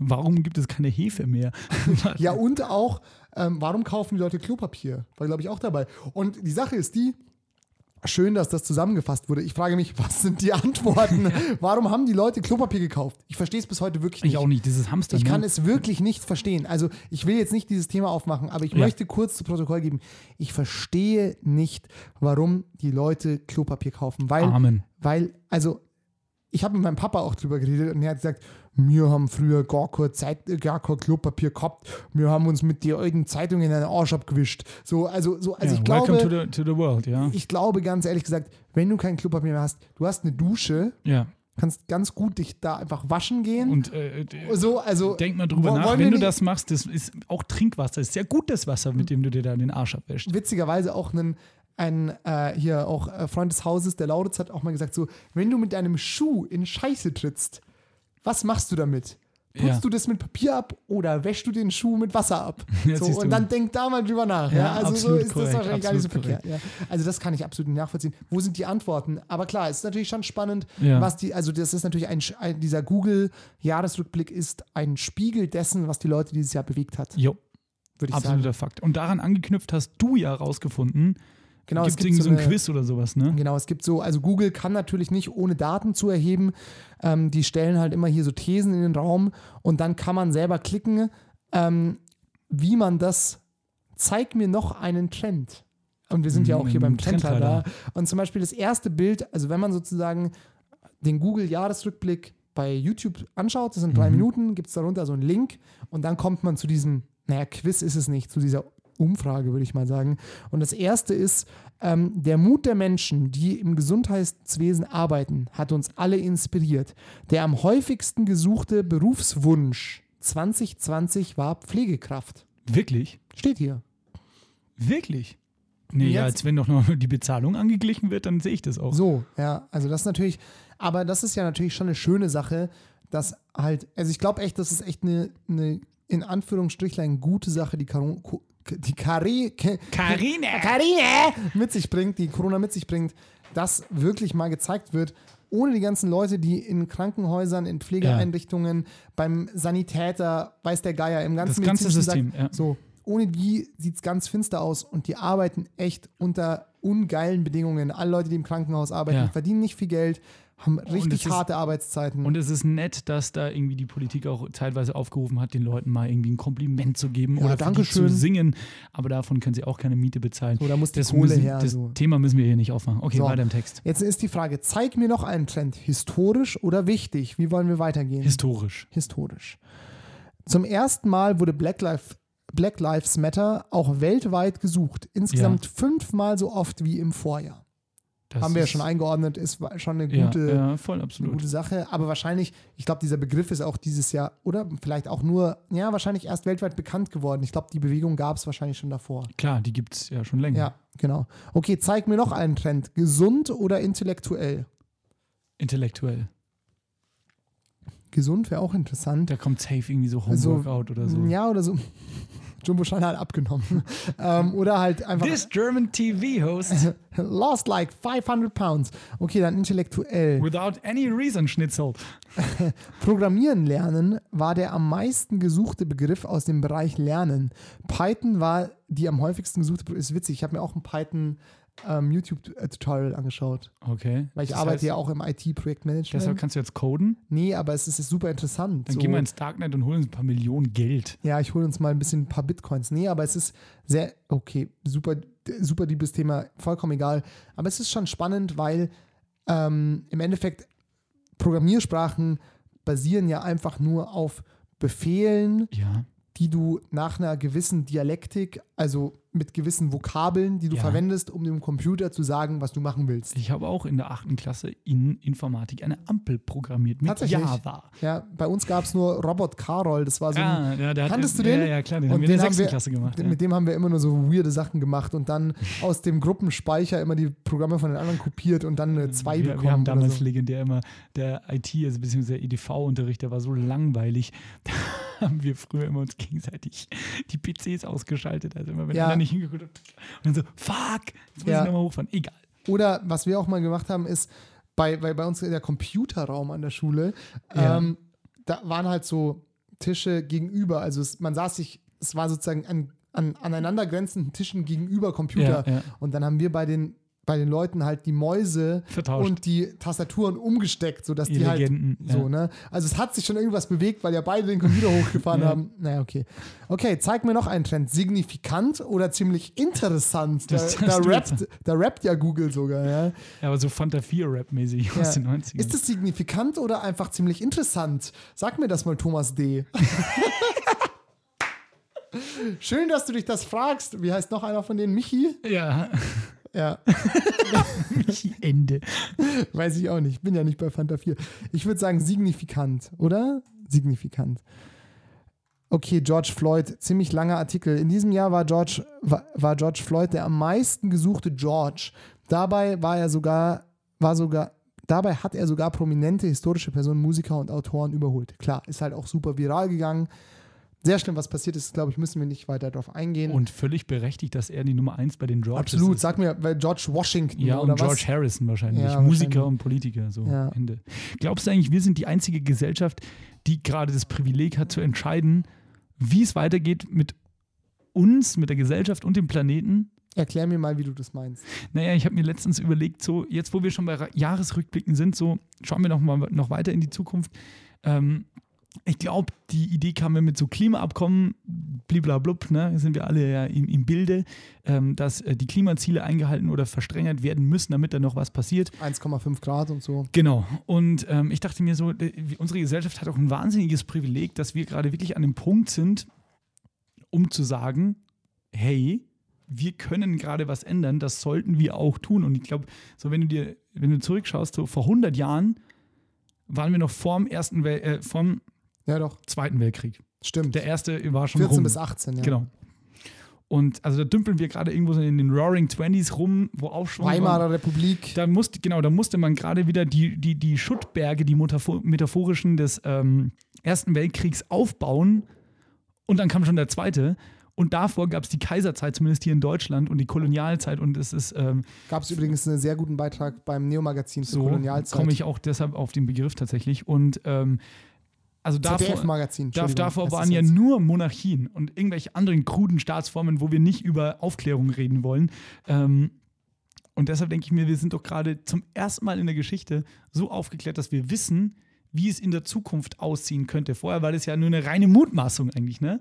S3: Warum gibt es keine Hefe mehr?
S2: Ja, und auch, ähm, warum kaufen die Leute Klopapier? War, glaube ich, auch dabei. Und die Sache ist die, schön, dass das zusammengefasst wurde. Ich frage mich, was sind die Antworten? Warum haben die Leute Klopapier gekauft? Ich verstehe es bis heute wirklich nicht.
S3: ich auch nicht, dieses Hamster.
S2: Ich kann
S3: ne?
S2: es wirklich nicht verstehen. Also ich will jetzt nicht dieses Thema aufmachen, aber ich
S3: Ja.
S2: möchte kurz zu Protokoll geben. Ich verstehe nicht, warum die Leute Klopapier kaufen. Weil,
S3: Amen.
S2: weil also ich habe mit meinem Papa auch drüber geredet und er hat gesagt, "Hm, wir haben früher gar kein, Zeit, äh, gar kein Klopapier gehabt, wir haben uns mit den alten Zeitungen in den Arsch abgewischt. So, also, so, also ich
S3: welcome
S2: glaube,
S3: to the, to the world, ja.
S2: ich glaube ganz ehrlich gesagt, wenn du kein Klopapier mehr hast, du hast eine Dusche,
S3: ja.
S2: kannst ganz gut dich da einfach waschen gehen.
S3: Und äh, d-
S2: so, also
S3: denk mal drüber
S2: wo-
S3: nach,
S2: wollen wir
S3: wenn du
S2: nicht-
S3: das machst, das ist auch Trinkwasser, ist sehr gut das Wasser, mit dem du dir da den Arsch abwäschst.
S2: witzigerweise auch einen, ein äh, hier auch äh, Freund des Hauses, der Lauritz hat auch mal gesagt, so, wenn du mit deinem Schuh in Scheiße trittst, was machst du damit? Putzt
S3: Ja.
S2: du das mit Papier ab oder wäschst du den Schuh mit Wasser ab?
S3: Ja,
S2: So,
S3: siehst du.
S2: und dann denk da mal drüber nach. Ja,
S3: Ja,
S2: also so
S3: absolut
S2: ist
S3: korrekt,
S2: das wahrscheinlich gar nicht so
S3: absolut
S2: verkehrt. Ja. Also das kann ich absolut nicht nachvollziehen. Wo sind die Antworten? Aber klar, es ist natürlich schon spannend,
S3: Ja.
S2: was die, also das ist natürlich ein, Sch- ein dieser Google-Jahresrückblick ist ein Spiegel dessen, was die Leute dieses Jahr bewegt hat,
S3: Jo,
S2: würde ich sagen.
S3: absoluter Fakt. Und daran angeknüpft hast du ja rausgefunden,
S2: Genau,
S3: gibt es irgendwie so ein
S2: eine-
S3: Quiz oder sowas, ne?
S2: Genau, es gibt so, also Google kann natürlich nicht ohne Daten zu erheben. Ähm, die stellen halt immer hier so Thesen in den Raum und dann kann man selber klicken, ähm, wie man das, zeig mir noch einen Trend. Und wir sind ja
S3: Mhm,
S2: auch hier
S3: im
S2: beim Trendradar.
S3: Trendradar.
S2: Und zum Beispiel das erste Bild, also wenn man sozusagen den Google-Jahresrückblick bei YouTube anschaut, das sind drei Minuten, gibt es darunter so einen Link und dann kommt man zu diesem, naja, Quiz ist es nicht, zu dieser Umfrage, würde ich mal sagen. Und das erste ist, ähm, der Mut der Menschen, die im Gesundheitswesen arbeiten, hat uns alle inspiriert. Der am häufigsten gesuchte Berufswunsch 2020 war Pflegekraft.
S3: Wirklich?
S2: Steht hier.
S3: Wirklich? Nee, ja,
S2: Jetzt-
S3: als wenn doch noch die Bezahlung angeglichen wird, dann sehe ich das auch.
S2: So, ja, also das ist natürlich, aber das ist ja natürlich schon eine schöne Sache, dass halt, also ich glaube echt, das ist echt eine, eine in Anführungsstrichlein gute Sache, die Karon, Ko- die Kari, Ke-
S3: Karine!
S2: Karine mit sich bringt, die Corona mit sich bringt, dass wirklich mal gezeigt wird, ohne die ganzen Leute, die in Krankenhäusern, in Pflegeeinrichtungen, beim Sanitäter, weiß der Geier, im ganzen
S3: Das ganze
S2: medizinischen
S3: System, ja.
S2: So, ohne die sieht es ganz finster aus und die arbeiten echt unter ungeilen Bedingungen. Alle Leute, die im Krankenhaus arbeiten,
S3: Ja.
S2: die verdienen nicht viel Geld, haben richtig
S3: es ist-
S2: harte Arbeitszeiten.
S3: Und es ist nett, dass da irgendwie die Politik auch teilweise aufgerufen hat, den Leuten mal irgendwie ein Kompliment zu geben oder für die
S2: Dankeschön.
S3: zu singen. Aber davon können sie auch keine Miete bezahlen.
S2: So, da muss die
S3: das
S2: Kohle
S3: müssen,
S2: her,
S3: Das
S2: so.
S3: Thema müssen wir hier nicht aufmachen. Okay,
S2: So.
S3: weiter im Text.
S2: Jetzt ist die Frage, zeig mir noch einen Trend, historisch oder wichtig? Wie wollen wir weitergehen?
S3: Historisch.
S2: historisch. Zum ersten Mal wurde Black, Life, Black Lives Matter auch weltweit gesucht. Insgesamt fünfmal so oft wie im Vorjahr.
S3: Das
S2: Haben wir ja
S3: ist-
S2: schon eingeordnet, ist wa- schon eine
S3: ja,
S2: gute,
S3: ja, voll
S2: eine
S3: absolut.
S2: gute Sache. Aber wahrscheinlich, ich glaube, dieser Begriff ist auch dieses Jahr, oder vielleicht auch nur, ja, wahrscheinlich erst weltweit bekannt geworden. Ich glaube, die Bewegung gab es wahrscheinlich schon davor.
S3: Klar, die gibt es ja schon länger.
S2: Ja, genau. Okay, zeig mir noch einen Trend. Gesund oder intellektuell?
S3: Intellektuell.
S2: Gesund wäre auch interessant.
S3: Da kommt safe irgendwie so
S2: Also,
S3: Homeworkout oder so.
S2: Ja, oder so. Jumbo Schein hat abgenommen. ähm, oder halt einfach.
S3: This German TV host
S2: Lost like 500 pounds. Okay, dann intellektuell.
S3: without any reason Schnitzel.
S2: Programmieren lernen war der am meisten gesuchte Begriff aus dem Bereich Lernen. Python war die am häufigsten gesuchte. Ist witzig, ich habe mir auch ein Python ähm, YouTube-Tutorial angeschaut,
S3: Okay.
S2: weil ich
S3: Das
S2: arbeite
S3: heißt,
S2: ja auch im
S3: Deshalb
S2: IT-Projektmanagement.
S3: kannst du jetzt coden.
S2: Nee, aber es ist, ist super interessant.
S3: Dann
S2: so.
S3: gehen wir ins Darknet und holen uns ein paar Millionen Geld.
S2: Ja, ich hole uns mal ein bisschen ein paar Bitcoins. Nee, aber es ist sehr, okay, super, super liebes Thema, vollkommen egal. Aber es ist schon spannend, weil ähm, im Endeffekt Programmiersprachen basieren ja einfach nur auf Befehlen,
S3: Ja.
S2: die du nach einer gewissen Dialektik, also mit gewissen Vokabeln, die du
S3: Ja.
S2: verwendest, um dem Computer zu sagen, was du machen willst.
S3: Ich habe auch in der achten Klasse in Informatik eine Ampel programmiert mit
S2: Tatsächlich?
S3: Java.
S2: Ja, bei uns gab es nur Robot Carroll, das war so ein
S3: Ah, ja, der hat-
S2: Kanntest du
S3: ja,
S2: Also den?
S3: ja, klar, den
S2: Und
S3: haben wir in der sechsten
S2: wir-
S3: Klasse gemacht,
S2: den-
S3: ja.
S2: Mit dem haben wir immer nur so weirde Sachen gemacht und dann aus dem Gruppenspeicher immer die Programme von den anderen kopiert und dann eine 2
S3: Wir,
S2: bekommen.
S3: wir haben
S2: oder
S3: damals
S2: so.
S3: legendär immer, der IT, also beziehungsweise der EDV-Unterricht, der war so langweilig. Da haben wir früher immer uns gegenseitig die PCs ausgeschaltet. Also immer, wenn
S2: Ja.
S3: einer nicht hingeguckt hat. Und dann so, fuck, jetzt muss
S2: Ja.
S3: ich nochmal hochfahren. Egal.
S2: Oder was wir auch mal gemacht haben, ist, bei, weil bei uns der Computerraum an der Schule,
S3: Ja.
S2: ähm, da waren halt so Tische gegenüber. Also es, man saß sich, es war sozusagen an, an aneinander grenzenden Tischen gegenüber Computer.
S3: Ja, ja.
S2: Und dann haben wir bei den bei den Leuten halt die Mäuse
S3: Vertauscht.
S2: und die Tastaturen umgesteckt, sodass die,
S3: Die
S2: halt
S3: Legenden,
S2: so,
S3: ja.
S2: ne? Also es hat sich schon irgendwas bewegt, weil ja beide den Computer hochgefahren haben. Naja, okay. Okay, zeig mir noch einen Trend. Signifikant oder ziemlich interessant? Da,
S3: Das
S2: da,
S3: hast du
S2: rappt, da rappt ja Google sogar, ja.
S3: Ja, aber so Fanta 4-Rap-mäßig aus den
S2: ja.
S3: 90ern.
S2: Ist das signifikant oder einfach ziemlich interessant? Sag mir das mal, Thomas D. Schön, dass du dich das fragst. Wie heißt noch einer von denen? Michi?
S3: ja,
S2: Ja.
S3: Ende.
S2: Weiß ich auch nicht. Bin ja nicht bei Fanta 4. Ich würde sagen, signifikant, oder? Signifikant. Okay, George Floyd, ziemlich langer Artikel. In diesem Jahr war George, war, war George Floyd der am meisten gesuchte George. Dabei war er sogar, war sogar, dabei hat er sogar prominente historische Personen, Musiker und Autoren überholt. Klar, ist halt auch super viral gegangen. Sehr schlimm, was passiert ist, glaube ich, müssen wir nicht weiter darauf eingehen.
S3: Und völlig berechtigt, dass er die Nummer 1 bei den Georges
S2: Genau. Absolut,
S3: ist.
S2: sag mir, weil George Washington
S3: Ja,
S2: oder
S3: und George
S2: was?
S3: Harrison wahrscheinlich.
S2: Ja,
S3: Musiker
S2: wahrscheinlich.
S3: und Politiker, so
S2: Ja.
S3: Ende. Glaubst du eigentlich, wir sind die einzige Gesellschaft, die gerade das Privileg hat zu entscheiden, wie es weitergeht mit uns, mit der Gesellschaft und dem Planeten?
S2: Erklär mir mal, wie du das meinst.
S3: Naja, ich habe mir letztens überlegt, so jetzt, wo wir schon bei Ra- Jahresrückblicken sind, so schauen wir noch mal noch weiter in die Zukunft. Ähm, ich glaube, die Idee kam mir mit so Klimaabkommen, bliblablub, ne, sind wir alle ja im, im Bilde, ähm, dass äh, die Klimaziele eingehalten oder verstrengert werden müssen, damit da noch was passiert.
S2: 1,5 Grad und so.
S3: Genau. Und ähm, ich dachte mir so, d- unsere Gesellschaft hat auch ein wahnsinniges Privileg, dass wir gerade wirklich an dem Punkt sind, um zu sagen, hey, wir können gerade was ändern, das sollten wir auch tun. Und ich glaube, so wenn du dir, wenn du zurückschaust, so vor 100 Jahren waren wir noch vorm ersten Wel äh, vorm
S2: Ja, doch.
S3: Zweiten Weltkrieg.
S2: Stimmt.
S3: Der erste war schon
S2: 14
S3: rum.
S2: bis 18, ja.
S3: Genau. Und also da dümpeln wir gerade irgendwo so in den Roaring Twenties rum, wo Aufschwung war.
S2: Weimarer Republik.
S3: Da musste, genau, da musste man gerade wieder die, die, die Schuttberge, die metaphor- metaphorischen des ähm, Ersten Weltkriegs aufbauen. Und dann kam schon der Zweite. Und davor gab es die Kaiserzeit, zumindest hier in Deutschland, und die Kolonialzeit. Und es ist ähm,
S2: Gab es übrigens einen sehr guten Beitrag beim Neomagazin zur
S3: so,
S2: Kolonialzeit.
S3: komme ich auch deshalb auf den Begriff tatsächlich. Und ähm, also davor,
S2: ZDF-Magazin.
S3: Darf, davor
S2: Entschuldigung,
S3: waren ja
S2: heißt es jetzt.
S3: nur Monarchien und irgendwelche anderen kruden Staatsformen, wo wir nicht über Aufklärung reden wollen. Ähm, und deshalb denke ich mir, wir sind doch gerade zum ersten Mal in der Geschichte so aufgeklärt, dass wir wissen, wie es in der Zukunft aussehen könnte. Vorher war das ja nur eine reine Mutmaßung eigentlich, ne?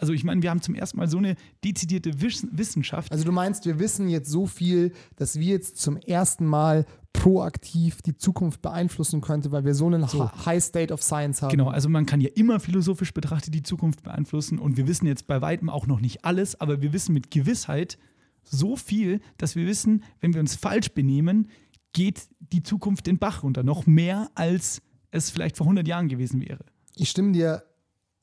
S3: Also ich meine, wir haben zum ersten Mal so eine dezidierte Wiss Wissenschaft.
S2: Also du meinst, wir wissen jetzt so viel, dass wir jetzt zum ersten Mal proaktiv die Zukunft beeinflussen könnten, weil wir so einen Ha- High State of Science haben.
S3: Genau, also man kann ja immer philosophisch betrachtet die Zukunft beeinflussen und wir wissen jetzt bei weitem auch noch nicht alles, aber wir wissen mit Gewissheit so viel, dass wir wissen, wenn wir uns falsch benehmen, geht die Zukunft den Bach runter. Noch mehr, als es vielleicht vor 100 Jahren gewesen wäre.
S2: Ich stimme dir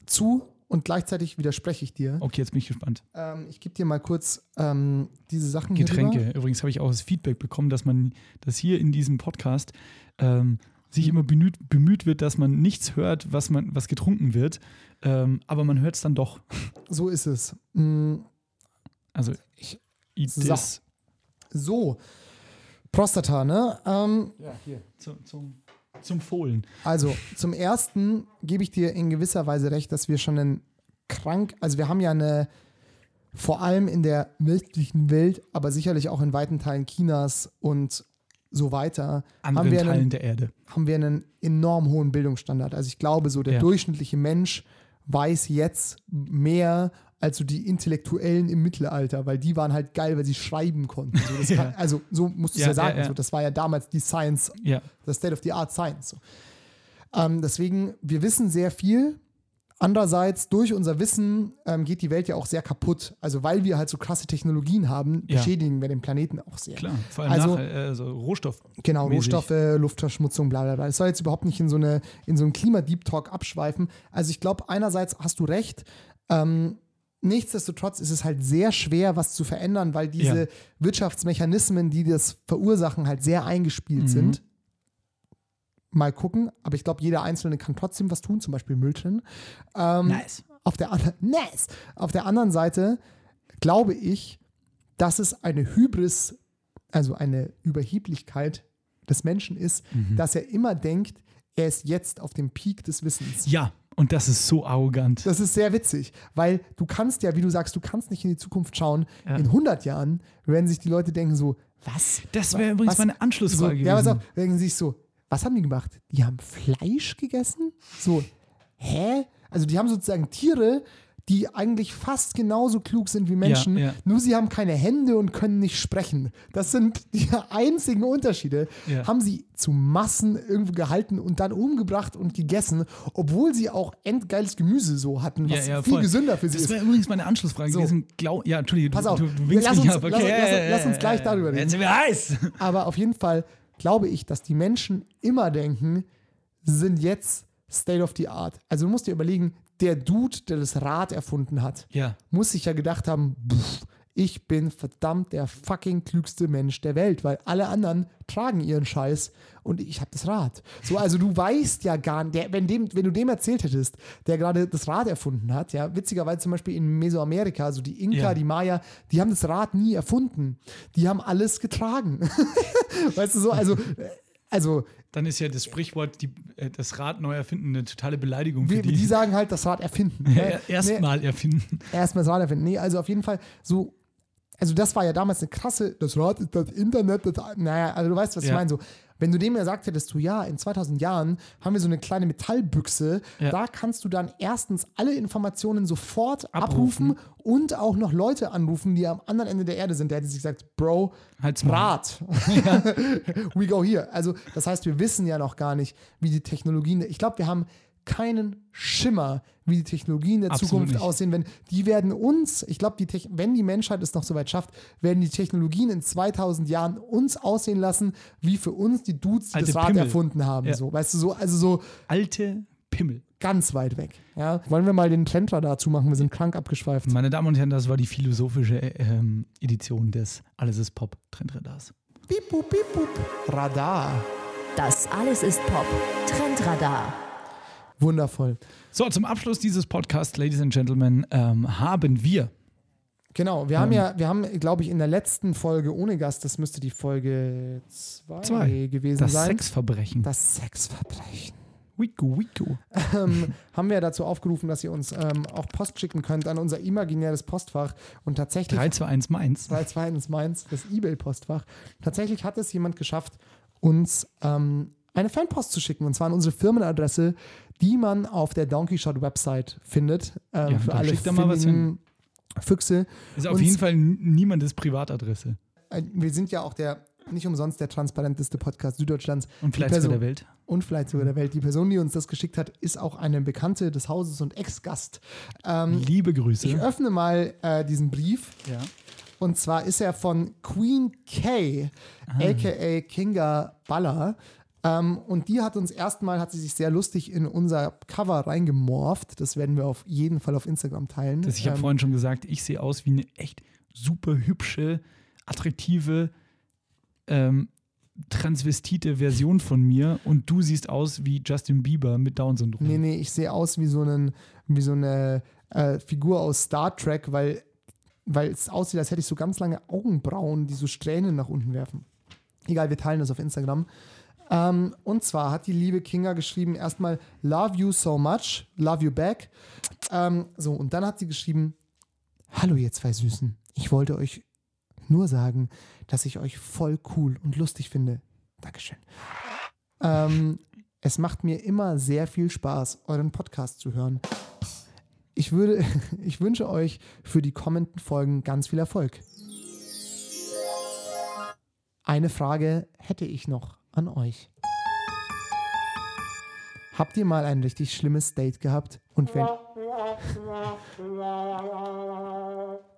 S2: zu und gleichzeitig widerspreche ich dir.
S3: Okay, jetzt bin ich gespannt.
S2: Ähm, ich gebe dir mal kurz ähm, diese Sachen hier
S3: Getränke.
S2: rüber.
S3: Übrigens habe ich auch das Feedback bekommen, dass man, dass hier in diesem Podcast ähm, sich immer bemüht, bemüht wird, dass man nichts hört, was man, was getrunken wird, ähm, aber man hört es dann doch.
S2: So ist es. Mm,
S3: Also ich, ich
S2: So. So. Prostata, ne? Ähm,
S3: Zum, zum, zum Fohlen.
S2: Also, zum ersten gebe ich dir in gewisser Weise recht, dass wir schon einen krank, also wir haben ja eine, vor allem in der westlichen Welt, aber sicherlich auch in weiten Teilen Chinas und so weiter,
S3: Anderen
S2: haben wir,
S3: Teilen
S2: einen,
S3: der Erde.
S2: haben wir einen enorm hohen Bildungsstandard. Also ich glaube, so der
S3: Ja.
S2: durchschnittliche Mensch weiß jetzt mehr als so die Intellektuellen im Mittelalter, weil die waren halt geil, weil sie schreiben konnten. So, das
S3: Ja.
S2: kann, also so musst du es
S3: Ja,
S2: ja, sagen.
S3: ja, ja.
S2: So, das war ja damals die Science
S3: Ja.
S2: the State of the Art Science. So. Ähm, deswegen, wir wissen sehr viel. Andererseits, durch unser Wissen ähm, geht die Welt ja auch sehr kaputt. Also, weil wir halt so krasse Technologien haben,
S3: Ja.
S2: beschädigen wir den Planeten auch sehr.
S3: Klar, vor allem
S2: Also-
S3: nach, äh, so Rohstoff.
S2: Genau,
S3: Mäßig.
S2: Rohstoffe, Luftverschmutzung, bla bla bla. Das soll jetzt überhaupt nicht in so, eine, in so einen Klima-Deep-Talk abschweifen. Also ich glaube, einerseits hast du recht, ähm, nichtsdestotrotz ist es halt sehr schwer, was zu verändern, weil diese
S3: Ja.
S2: Wirtschaftsmechanismen, die das verursachen, halt sehr eingespielt
S3: Mhm.
S2: sind. Mal gucken, aber ich glaube, jeder Einzelne kann trotzdem was tun, zum Beispiel Müll trennen. ähm,
S3: Nice.
S2: Auf der, andern- nice. auf der anderen Seite glaube ich, dass es eine Hybris, also eine Überheblichkeit des Menschen ist, dass er immer denkt, er ist jetzt auf dem Peak des Wissens.
S3: Ja, und das ist so arrogant.
S2: Das ist sehr witzig, weil du kannst ja, wie du sagst, du kannst nicht in die Zukunft schauen.
S3: Ja.
S2: In 100 Jahren werden sich die Leute denken so, Was?
S3: Das wäre übrigens
S2: Was?
S3: meine
S2: So,
S3: Anschlussfrage
S2: ja, pass
S3: gewesen.
S2: auf, denken sie sich so, was haben die gemacht? Die haben Fleisch gegessen? So, hä? Also die haben sozusagen Tiere, die eigentlich fast genauso klug sind wie Menschen,
S3: ja.
S2: nur sie haben keine Hände und können nicht sprechen. Das sind die einzigen Unterschiede.
S3: Ja.
S2: Haben sie zu Massen irgendwo gehalten und dann umgebracht und gegessen, obwohl sie auch endgeiles Gemüse so hatten, was viel
S3: voll.
S2: gesünder für sie
S3: Das
S2: ist.
S3: wäre übrigens meine Anschlussfrage
S2: So.
S3: gewesen. Glau ja, Entschuldige,
S2: Pass
S3: du,
S2: auf.
S3: du, du winkst
S2: Lass
S3: mich
S2: uns-
S3: ab. Okay.
S2: lass uns-
S3: ja,
S2: lass uns-
S3: ja,
S2: lass uns
S3: ja,
S2: gleich
S3: ja.
S2: darüber reden.
S3: Werden Sie mir heiß.
S2: Aber auf jeden Fall glaube ich, dass die Menschen immer denken, sie sind jetzt State of the Art. Also du musst dir überlegen, der Dude, der das Rad erfunden hat,
S3: Ja,
S2: muss sich ja gedacht haben, pff, ich bin verdammt der fucking klügste Mensch der Welt, weil alle anderen tragen ihren Scheiß und ich habe das Rad. So, also du weißt ja gar nicht, der, wenn, dem, wenn du dem erzählt hättest, der gerade das Rad erfunden hat, ja, witzigerweise zum Beispiel in Mesoamerika, also die Inka,
S3: Ja.
S2: die Maya, die haben das Rad nie erfunden. Die haben alles getragen. weißt du so, also, also
S3: dann ist ja das Sprichwort, die, äh, das Rad neu erfinden, eine totale Beleidigung für
S2: wir,
S3: die.
S2: die sagen halt, das Rad erfinden. ne?
S3: Ja, Erstmal erfinden.
S2: Erstmal das Rad erfinden. Nee, also auf jeden Fall so. Also das war ja damals eine krasse, das Rad ist das Internet, das, naja, also du weißt, was ich
S3: Ja.
S2: meine, so. Wenn du dem ja sagt hättest, du, ja, in 2000 Jahren haben wir so eine kleine Metallbüchse,
S3: Ja.
S2: da kannst du dann erstens alle Informationen sofort abrufen.
S3: Abrufen.
S2: und auch noch Leute anrufen, die am anderen Ende der Erde sind. Der hätte sich gesagt, Bro,
S3: Halt's Maul.
S2: Rad, we go here. Also das heißt, wir wissen ja noch gar nicht, wie die Technologien, ich glaube, wir haben keinen Schimmer, wie die Technologien der
S3: Absolut
S2: Zukunft
S3: nicht.
S2: aussehen werden. Die werden uns, ich glaube, die Techn- wenn die Menschheit es noch so weit schafft, werden die Technologien in 2000 Jahren uns aussehen lassen, wie für uns die Dudes, die
S3: Alte
S2: das Rad
S3: Pimmel.
S2: erfunden haben.
S3: Ja.
S2: So, weißt du, so, also so
S3: Alte Pimmel.
S2: ganz weit weg. Ja? Wollen wir mal den Trendradar zumachen? Wir sind krank abgeschweift.
S3: Meine Damen und Herren, das war die philosophische äh, ähm, Edition des Alles ist Pop Trendradars.
S2: Piep, pup, piep, pup. Radar.
S1: Das alles ist Pop. Trendradar.
S2: Wundervoll.
S3: So, zum Abschluss dieses Podcasts, Ladies and Gentlemen, ähm, haben wir
S2: Genau, wir haben
S3: Ähm.
S2: ja, wir haben, glaube ich, in der letzten Folge ohne Gast, das müsste die Folge 2
S3: Zwei.
S2: gewesen
S3: das
S2: sein.
S3: Sexverbrechen.
S2: das Sexverbrechen.
S3: Wiku, wiku.
S2: ähm, haben wir dazu aufgerufen, dass ihr uns ähm, auch Post schicken könnt an unser imaginäres Postfach. Und tatsächlich
S3: 3, 2, 1, Mainz.
S2: Teil 2 ins Mainz, das E-Mail-Postfach. Tatsächlich hat es jemand geschafft, uns ähm, eine Fanpost zu schicken, und zwar an unsere Firmenadresse, die man auf der Donkey Shot Website findet. Ähm,
S3: Ja,
S2: für
S3: dann
S2: alle
S3: schickt da mal was
S2: findigen Füchse.
S3: Ist auf
S2: Uns-
S3: jeden Fall n- niemandes Privatadresse.
S2: Äh, Wir sind ja auch der nicht umsonst der transparenteste Podcast Süddeutschlands.
S3: Und
S2: Die
S3: vielleicht sogar
S2: Person-
S3: der Welt.
S2: Und vielleicht sogar der Welt. Die Person, die uns das geschickt hat, ist auch eine Bekannte des Hauses und Ex-Gast. Ähm,
S3: Liebe Grüße.
S2: ich öffne mal äh, diesen Brief.
S3: ja.
S2: Und zwar ist er von Queen Kay,
S3: Ah.
S2: aka Kinga Baller. Ähm, und die hat uns erstmal, hat sie sich sehr lustig in unser Cover reingemorpht. Das werden wir auf jeden Fall auf Instagram teilen. Ähm,
S3: Das, ich habe vorhin schon gesagt, ich sehe aus wie eine echt super hübsche, attraktive, ähm, transvestite Version von mir und du siehst aus wie Justin Bieber mit Down-Syndrom.
S2: Nee, nee, ich sehe aus wie so, einen, wie so eine äh, Figur aus Star Trek, weil, weil es aussieht, als hätte ich so ganz lange Augenbrauen, die so Strähnen nach unten werfen. Egal, wir teilen das auf Instagram. Ähm, und zwar hat die liebe Kinga geschrieben, erstmal Love you so much, love you back. Ähm, so, und dann hat sie geschrieben, Hallo ihr zwei Süßen, ich wollte euch nur sagen, dass ich euch voll cool und lustig finde. Dankeschön. Ähm, es macht mir immer sehr viel Spaß, euren Podcast zu hören. Ich, würde, ich wünsche euch für die kommenden Folgen ganz viel Erfolg. Eine Frage hätte ich noch an euch. Habt ihr mal ein richtig schlimmes Date gehabt? Und wenn,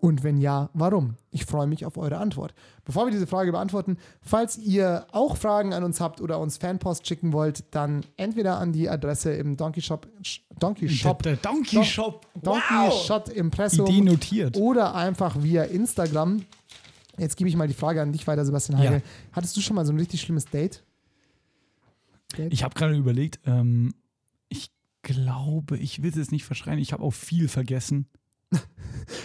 S2: Und wenn ja, warum? Ich freue mich auf eure Antwort. Bevor wir diese Frage beantworten, falls ihr auch Fragen an uns habt oder uns Fanpost schicken wollt, dann entweder an die Adresse im Donkey Shop, Sch- Donkey Shop,
S3: Der Donkey
S2: Don-
S3: Shop. Oh.
S2: Donkey Shot Impressum
S3: Idee notiert.
S2: oder einfach via Instagram. Jetzt gebe ich mal die Frage an dich weiter, Sebastian
S3: Ja.
S2: Heigel. Hattest du schon mal so ein richtig schlimmes Date?
S3: Ich habe gerade überlegt, ähm, ich glaube, ich will es jetzt nicht verschreien, ich habe auch viel vergessen.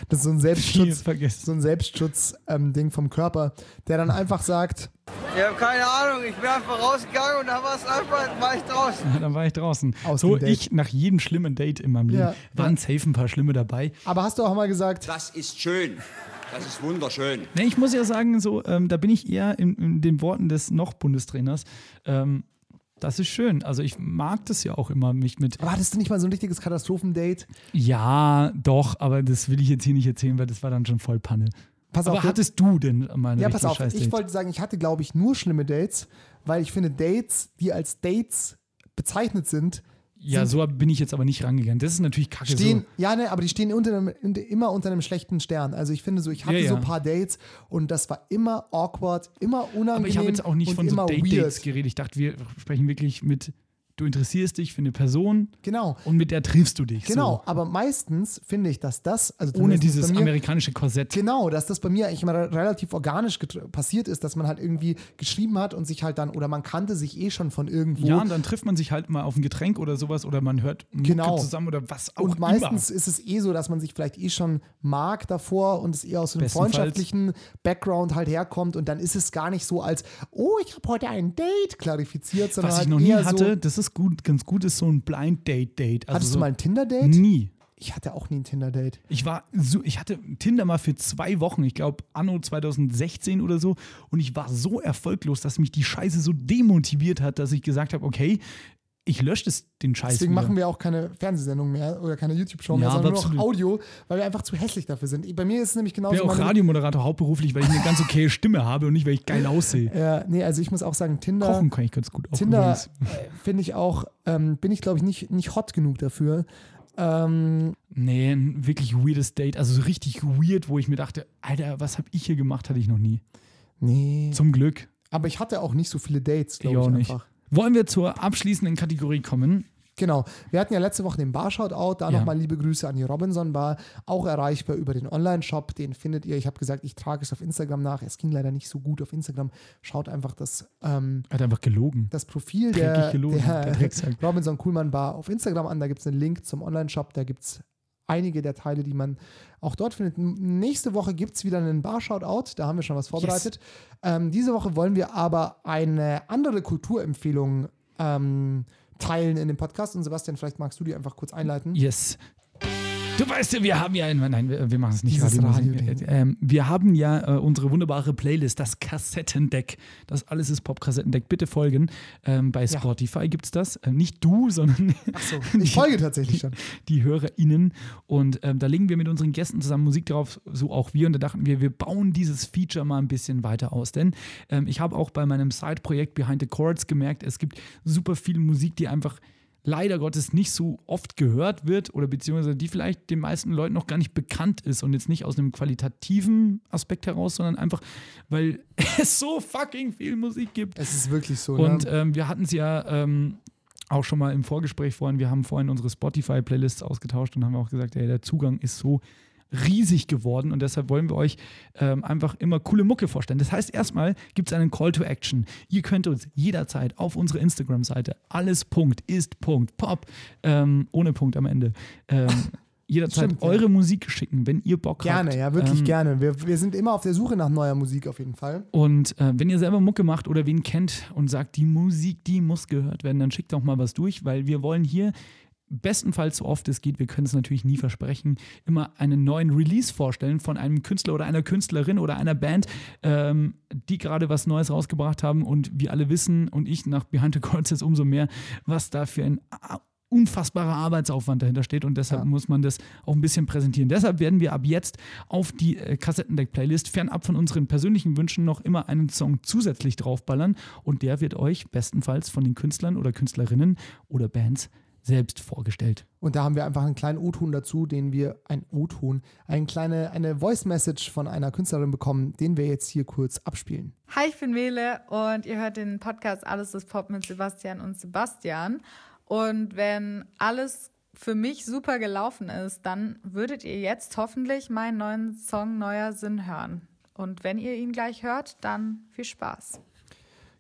S2: Das ist so ein
S3: Viel
S2: Selbstschutz,
S3: vergessen.
S2: so ein Selbstschutz-Ding vom Körper, der dann einfach sagt,
S5: Ich habe keine Ahnung, ich bin einfach rausgegangen und da war es einfach, war ich draußen.
S3: Ja, dann war ich draußen.
S2: Aus
S3: so,
S2: dem Date.
S3: ich nach jedem schlimmen Date in meinem Leben
S2: Ja.
S3: waren safe ein paar schlimme dabei.
S2: aber hast du auch mal gesagt,
S6: Das ist schön. Das ist wunderschön.
S3: Nee, ich muss ja sagen, so, ähm, da bin ich eher in, in den Worten des noch Bundestrainers. Ähm, das ist schön. Also ich mag das ja auch immer, mich mit.
S2: Aber hattest du nicht mal so ein richtiges Katastrophendate?
S3: Ja, doch, aber das will ich jetzt hier nicht erzählen, weil das war dann schon voll Panne.
S2: Pass
S3: aber
S2: auf,
S3: hattest du denn meine
S2: Ja,
S3: richtigen
S2: pass auf.
S3: Scheißdates?
S2: Ich wollte sagen, ich hatte, glaube ich, nur schlimme Dates, weil ich finde, Dates, die als Dates bezeichnet sind,
S3: Ja, so bin ich jetzt aber nicht rangegangen. Das ist natürlich kacke.
S2: stehen,
S3: so.
S2: ja, ne, aber die stehen unter einem, in- immer unter einem schlechten Stern. Also ich finde so, ich hatte
S3: Ja, ja.
S2: so ein paar Dates und das war immer awkward, immer unangenehm.
S3: Aber ich habe jetzt auch nicht
S2: und
S3: von so
S2: immer
S3: Date-Dates
S2: weird.
S3: geredet. Ich dachte, wir sprechen wirklich mit, du interessierst dich für eine Person
S2: Genau.
S3: und mit der triffst du dich.
S2: Genau, aber meistens finde ich, dass das, also
S3: So. Ohne
S2: zumindest
S3: dieses
S2: bei mir,
S3: amerikanische Korsett.
S2: Genau, dass das bei mir eigentlich immer re- relativ organisch get- passiert ist, dass man halt irgendwie geschrieben hat und sich halt dann, oder man kannte sich eh schon von irgendwo.
S3: Ja, und dann trifft man sich halt mal auf ein Getränk oder sowas oder man hört Mucke
S2: Genau.
S3: zusammen oder was auch
S2: und meistens
S3: immer.
S2: ist es eh so, dass man sich vielleicht eh schon mag davor und es eher aus einem
S3: Bestenfalls.
S2: freundschaftlichen Background halt herkommt und dann ist es gar nicht so als, oh, ich habe heute ein Date klarifiziert, sondern
S3: Was ich
S2: halt
S3: noch nie
S2: eher
S3: hatte,
S2: so,
S3: das ist gut, ganz gut, ist so ein Blind Date Date. Also
S2: hattest
S3: so
S2: du mal ein Tinder-Date?
S3: Nie.
S2: Ich hatte auch nie ein Tinder-Date.
S3: Ich war so, ich hatte Tinder mal für zwei Wochen, ich glaube anno 2016 oder so, und ich war so erfolglos, dass mich die Scheiße so demotiviert hat, dass ich gesagt habe, okay, ich lösche das, den Scheiß.
S2: Deswegen
S3: wieder.
S2: machen wir auch keine Fernsehsendung mehr oder keine YouTube-Show mehr,
S3: Ja,
S2: sondern nur
S3: absolut.
S2: noch Audio, weil wir einfach zu hässlich dafür sind. Bei mir ist es nämlich
S3: Ich
S2: genauso.
S3: bin auch
S2: meine-
S3: Radiomoderator hauptberuflich, weil ich eine ganz okaye Stimme habe und nicht, weil ich geil aussehe.
S2: Ja, nee, also ich muss auch sagen, Tinder.
S3: Kochen kann ich ganz gut auch.
S2: Tinder
S3: übrigens.
S2: äh, finde ich auch, ähm, bin ich glaube ich nicht, nicht hot genug dafür. Ähm,
S3: Nee, ein wirklich weirdes Date, also so richtig weird, wo ich mir dachte, Alter, was habe ich hier gemacht, hatte ich noch nie.
S2: nee.
S3: Zum Glück.
S2: Aber ich hatte auch nicht so viele Dates,
S3: Ich
S2: glaube ich,
S3: auch nicht.
S2: einfach.
S3: Wollen wir zur abschließenden Kategorie kommen?
S2: Genau. Wir hatten ja letzte Woche den Bar-Shoutout. Da
S3: Ja.
S2: nochmal liebe Grüße an die Robinson Bar. Auch erreichbar über den Online-Shop. Den findet ihr. Ich habe gesagt, ich trage es auf Instagram nach. Es ging leider nicht so gut auf Instagram. Schaut einfach das, ähm,
S3: Er hat einfach gelogen.
S2: das Profil
S3: Dreckig
S2: der,
S3: gelogen, der
S2: der,
S3: Drecksack.
S2: Robinson Kuhlmann Bar auf Instagram an. Da gibt es einen Link zum Online-Shop. Da gibt es einige der Teile, die man auch dort findet. N- Nächste Woche gibt es wieder einen Bar-Shoutout. Da haben wir schon was vorbereitet. Ähm, diese Woche wollen wir aber eine andere Kulturempfehlung ähm, teilen in dem Podcast. Und Sebastian, vielleicht magst du die einfach kurz einleiten.
S3: Yes. Du weißt ja, wir haben ja ein, nein, wir, wir machen es nicht
S2: Dieses
S3: Radiomusik.
S2: Radio-Ding.
S3: ähm, wir haben ja äh, unsere wunderbare Playlist, das Kassettendeck. Das alles ist Pop-Kassettendeck. Bitte folgen. Ähm, bei Spotify gibt es das. Ähm, nicht du, sondern
S2: Ich folge tatsächlich schon.
S3: die HörerInnen. Und ähm, da legen wir mit unseren Gästen zusammen Musik drauf, so auch wir. Und da dachten wir, wir bauen dieses Feature mal ein bisschen weiter aus. Denn ähm, ich habe auch bei meinem Side-Projekt Behind the Chords gemerkt, es gibt super viel Musik, die einfach leider Gottes nicht so oft gehört wird oder beziehungsweise die vielleicht den meisten Leuten noch gar nicht bekannt ist und jetzt nicht aus einem qualitativen Aspekt heraus, sondern einfach, weil es so fucking viel Musik gibt.
S2: Es ist wirklich so.
S3: Und
S2: ne?
S3: ähm, wir hatten es ja ähm, auch schon mal im Vorgespräch vorhin. Wir haben vorhin unsere Spotify-Playlists ausgetauscht und haben auch gesagt, ey, der Zugang ist so riesig geworden und deshalb wollen wir euch ähm, einfach immer coole Mucke vorstellen. Das heißt, erstmal gibt es einen Call to Action. Ihr könnt uns jederzeit auf unsere Instagram-Seite alles Punkt ist Punkt Pop ähm, ohne Punkt am Ende ähm, jederzeit
S2: Stimmt, ja.
S3: eure Musik schicken, wenn ihr Bock habt. Ähm,
S2: Gerne, ja, wirklich gerne. Wir, wir sind immer auf der Suche nach neuer Musik auf jeden Fall.
S3: Und äh, wenn ihr selber Mucke macht oder wen kennt und sagt, die Musik, die muss gehört werden, dann schickt doch mal was durch, weil wir wollen hier bestenfalls so oft es geht, wir können es natürlich nie versprechen, immer einen neuen Release vorstellen von einem Künstler oder einer Künstlerin oder einer Band, ähm, die gerade was Neues rausgebracht haben und wir alle wissen und ich nach Behind the Chords jetzt umso mehr, was da für ein a- unfassbarer Arbeitsaufwand dahinter steht und deshalb muss man das auch ein bisschen präsentieren. Deshalb werden wir ab jetzt auf die äh, Kassettendeck-Playlist fernab von unseren persönlichen Wünschen noch immer einen Song zusätzlich draufballern und der wird euch bestenfalls von den Künstlern oder Künstlerinnen oder Bands selbst vorgestellt.
S2: Und da haben wir einfach einen kleinen O-Ton dazu, den wir, ein O-Ton, eine kleine, eine Voice-Message von einer Künstlerin bekommen, den wir jetzt hier kurz abspielen.
S7: Hi, ich bin Mele und ihr hört den Podcast Alles ist Pop mit Sebastian und Sebastian. Und wenn alles für mich super gelaufen ist, dann würdet ihr jetzt hoffentlich meinen neuen Song Neuer Sinn hören. Und wenn ihr ihn gleich hört, dann viel Spaß.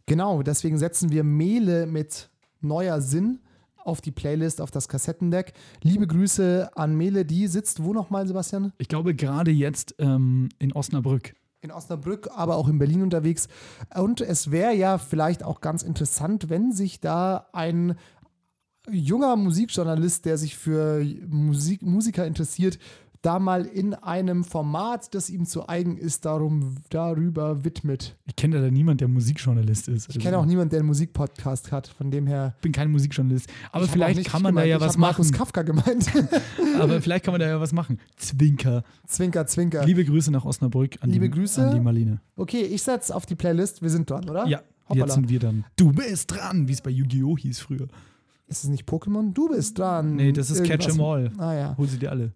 S2: Genau, deswegen setzen wir Mele mit neuer Sinn auf die Playlist, auf das Kassettendeck. Liebe Grüße an Mele, die sitzt wo nochmal, Sebastian?
S3: Ich glaube gerade jetzt ähm, in Osnabrück.
S2: In Osnabrück, aber auch in Berlin unterwegs. Und es wäre ja vielleicht auch ganz interessant, wenn sich da ein junger Musikjournalist, der sich für Musik, Musiker interessiert, da mal in einem Format, das ihm zu eigen ist, darum, darüber widmet.
S3: Ich kenne da niemand, der Musikjournalist ist. Also,
S2: Ich kenne auch niemanden, der einen Musikpodcast hat, von dem her.
S3: bin kein Musikjournalist. Aber
S2: Ich hab auch
S3: vielleicht
S2: nicht
S3: kann man da
S2: gemeint,
S3: ja
S2: ich
S3: was
S2: hab Markus
S3: machen.
S2: Kafka gemeint.
S3: Aber vielleicht kann man da ja was machen. Zwinker.
S2: zwinker, zwinker.
S3: Liebe Grüße nach Osnabrück an,
S2: Liebe
S3: die,
S2: Grüße.
S3: an die Marlene.
S2: Okay, ich setze auf die Playlist. Wir sind dran, oder?
S3: Ja, jetzt
S2: Hoppala.
S3: sind wir dann. Du bist dran, wie es bei Yu-Gi-Oh! hieß früher.
S2: Ist es nicht Pokémon? Du bist dran.
S3: Nee, das ist
S2: Irgendwas-
S3: Catch 'em All.
S2: Ah ja.
S3: Hol sie dir alle.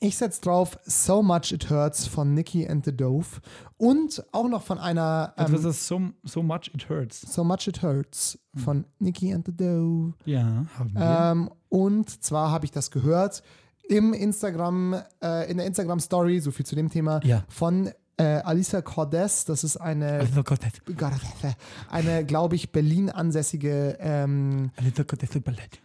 S2: Ich setze drauf So Much It Hurts von Nikki and the Dove und auch noch von einer
S3: Das
S2: ähm,
S3: ist das so, so much it hurts.
S2: So Much It Hurts von Nikki and the Dove.
S3: Ja, haben wir.
S2: Ähm, und zwar habe ich das gehört im Instagram, äh, in der Instagram Story, so viel zu dem Thema,
S3: Ja.
S2: von äh, Alisa Cordes. Das ist eine,
S3: Little Contest,
S2: eine glaube ich, Berlin ansässige ähm,
S3: Little Contest Ballett.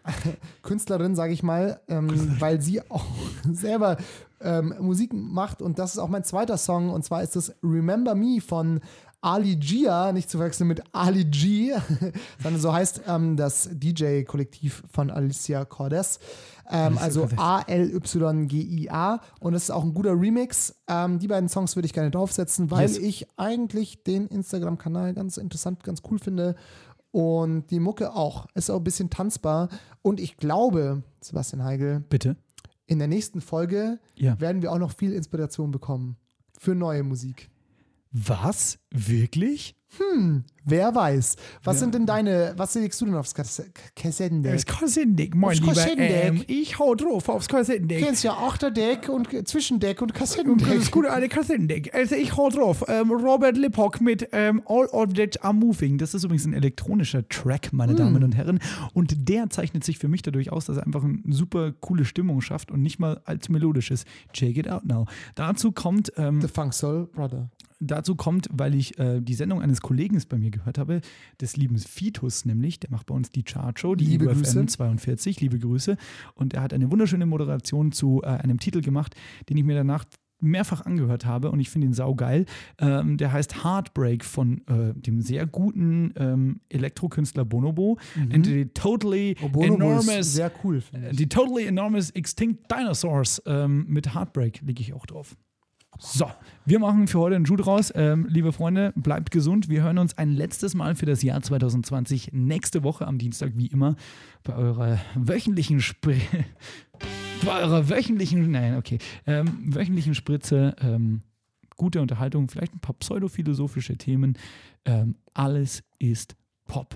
S2: Künstlerin, sage ich mal, ähm, weil sie auch selber ähm, Musik macht und das ist auch mein zweiter Song und zwar ist das Remember Me von Ali Gia, nicht zu verwechseln mit Ali G, sondern so heißt ähm, das DJ-Kollektiv von Alicia Cordes. Ähm, also
S3: Cordes.
S2: A-L-Y-G-I-A und es ist auch ein guter Remix. Ähm, die beiden Songs würde ich gerne draufsetzen, weil
S3: Yes.
S2: ich eigentlich den Instagram-Kanal ganz interessant, ganz cool finde. Und die Mucke auch. Ist auch ein bisschen tanzbar. Und ich glaube, Sebastian Heigl,
S3: Bitte.
S2: in der nächsten Folge
S3: Ja.
S2: werden wir auch noch viel Inspiration bekommen für neue Musik.
S3: Was? Wirklich?
S2: Wer weiß. Was sind denn deine, was legst du denn aufs Kasse- K- Kassettendeck?
S3: Das Korsettendeck, mein
S2: Aufs
S3: Lieber.
S2: Korsettendeck.
S3: Ähm, ich hau drauf aufs
S2: Du
S3: Korsettendeck.
S2: kennst ja Achterdeck und K- Zwischendeck und
S3: Das
S2: Kassettendeck.
S3: gute alte Kassettendeck. Also ich hau drauf. Ähm, Robert Lippock mit ähm, All Objects Are Moving. Das ist übrigens ein elektronischer Track, meine Damen und Herren. Und der zeichnet sich für mich dadurch aus, dass er einfach eine super coole Stimmung schafft und nicht mal allzu melodisch ist. Check it out now. Dazu kommt ähm,
S2: The Funk Soul Brother.
S3: dazu kommt, weil ich äh, die Sendung eines Kollegen bei mir gehört habe, des lieben Fitus nämlich, der macht bei uns die Chartshow, die E
S2: Liebe Grüße.
S3: UFM 42, liebe Grüße. Und er hat eine wunderschöne Moderation zu äh, einem Titel gemacht, den ich mir danach mehrfach angehört habe und ich finde ihn saugeil. Ähm, der heißt Heartbreak von äh, dem sehr guten ähm, Elektrokünstler Bonobo and the totally
S2: Mhm. Oh, Bonobo ist
S3: enormous,
S2: sehr cool, finde ich.
S3: die totally enormous extinct dinosaurs ähm, mit Heartbreak lege ich auch drauf. So, wir machen für heute einen Schuh draus. Ähm, liebe Freunde, bleibt gesund. Wir hören uns ein letztes Mal für das Jahr 2020 nächste Woche am Dienstag, wie immer, bei eurer wöchentlichen Spr bei eurer wöchentlichen, nein, okay, ähm, wöchentlichen Spritze. Ähm, gute Unterhaltung, vielleicht ein paar pseudophilosophische Themen. Ähm, alles ist Pop.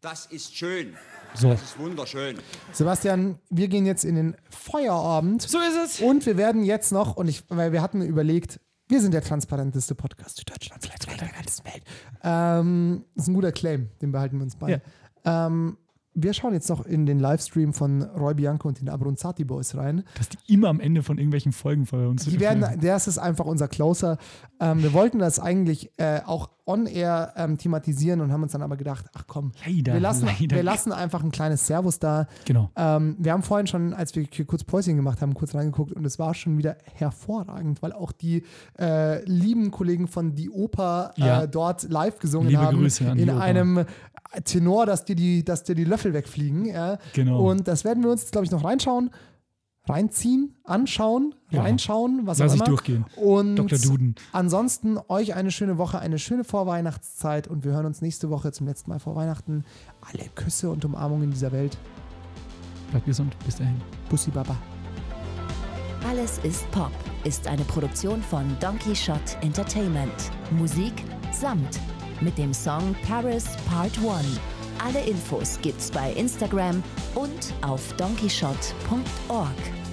S6: Das ist schön.
S3: So,
S6: Das ist wunderschön.
S2: Sebastian, wir gehen jetzt in den Feierabend.
S3: so ist es.
S2: Und wir werden jetzt noch, und ich, weil wir hatten überlegt, wir sind der transparenteste Podcast Süddeutschland, vielleicht sogar der ganzen Welt. Ähm, das ist ein guter Claim, den behalten wir uns bei. Ähm, wir schauen jetzt noch in den Livestream von Roy Bianco und den Abronzati Boys rein.
S3: dass die immer am Ende von irgendwelchen Folgen von uns
S2: Die werden, das ist einfach unser Closer. Ähm, wir wollten das eigentlich äh, auch on air ähm, thematisieren und haben uns dann aber gedacht, ach komm,
S3: Leider,
S2: wir, lassen,
S3: leider.
S2: wir lassen einfach ein kleines Servus da.
S3: Genau.
S2: Ähm, wir haben vorhin schon, als wir hier kurz Päuschen gemacht haben, kurz reingeguckt und es war schon wieder hervorragend, weil auch die äh, lieben Kollegen von Die Oper
S3: Ja.
S2: äh, dort live gesungen
S3: Liebe
S2: haben.
S3: Grüße an
S2: in
S3: Die Oper.
S2: einem äh, Tenor, dass dir die, dass dir die Löffel wegfliegen. Ja.
S3: Genau.
S2: Und das werden wir uns, glaube ich, noch reinschauen. Reinziehen, anschauen,
S3: Ja.
S2: reinschauen, was
S3: Lass
S2: auch
S3: ich
S2: immer.
S3: durchgehen.
S2: Und
S3: Dr. Duden.
S2: Ansonsten euch eine schöne Woche, eine schöne Vorweihnachtszeit und wir hören uns nächste Woche zum letzten Mal vor Weihnachten. Alle Küsse und Umarmungen dieser Welt.
S3: Bleibt gesund. Bis dahin.
S2: Bussi Baba.
S1: Alles ist Pop ist eine Produktion von Donkey Shot Entertainment. Musik samt mit dem Song Paris Part 1. Alle Infos gibt's bei Instagram und auf donkeyshot.org.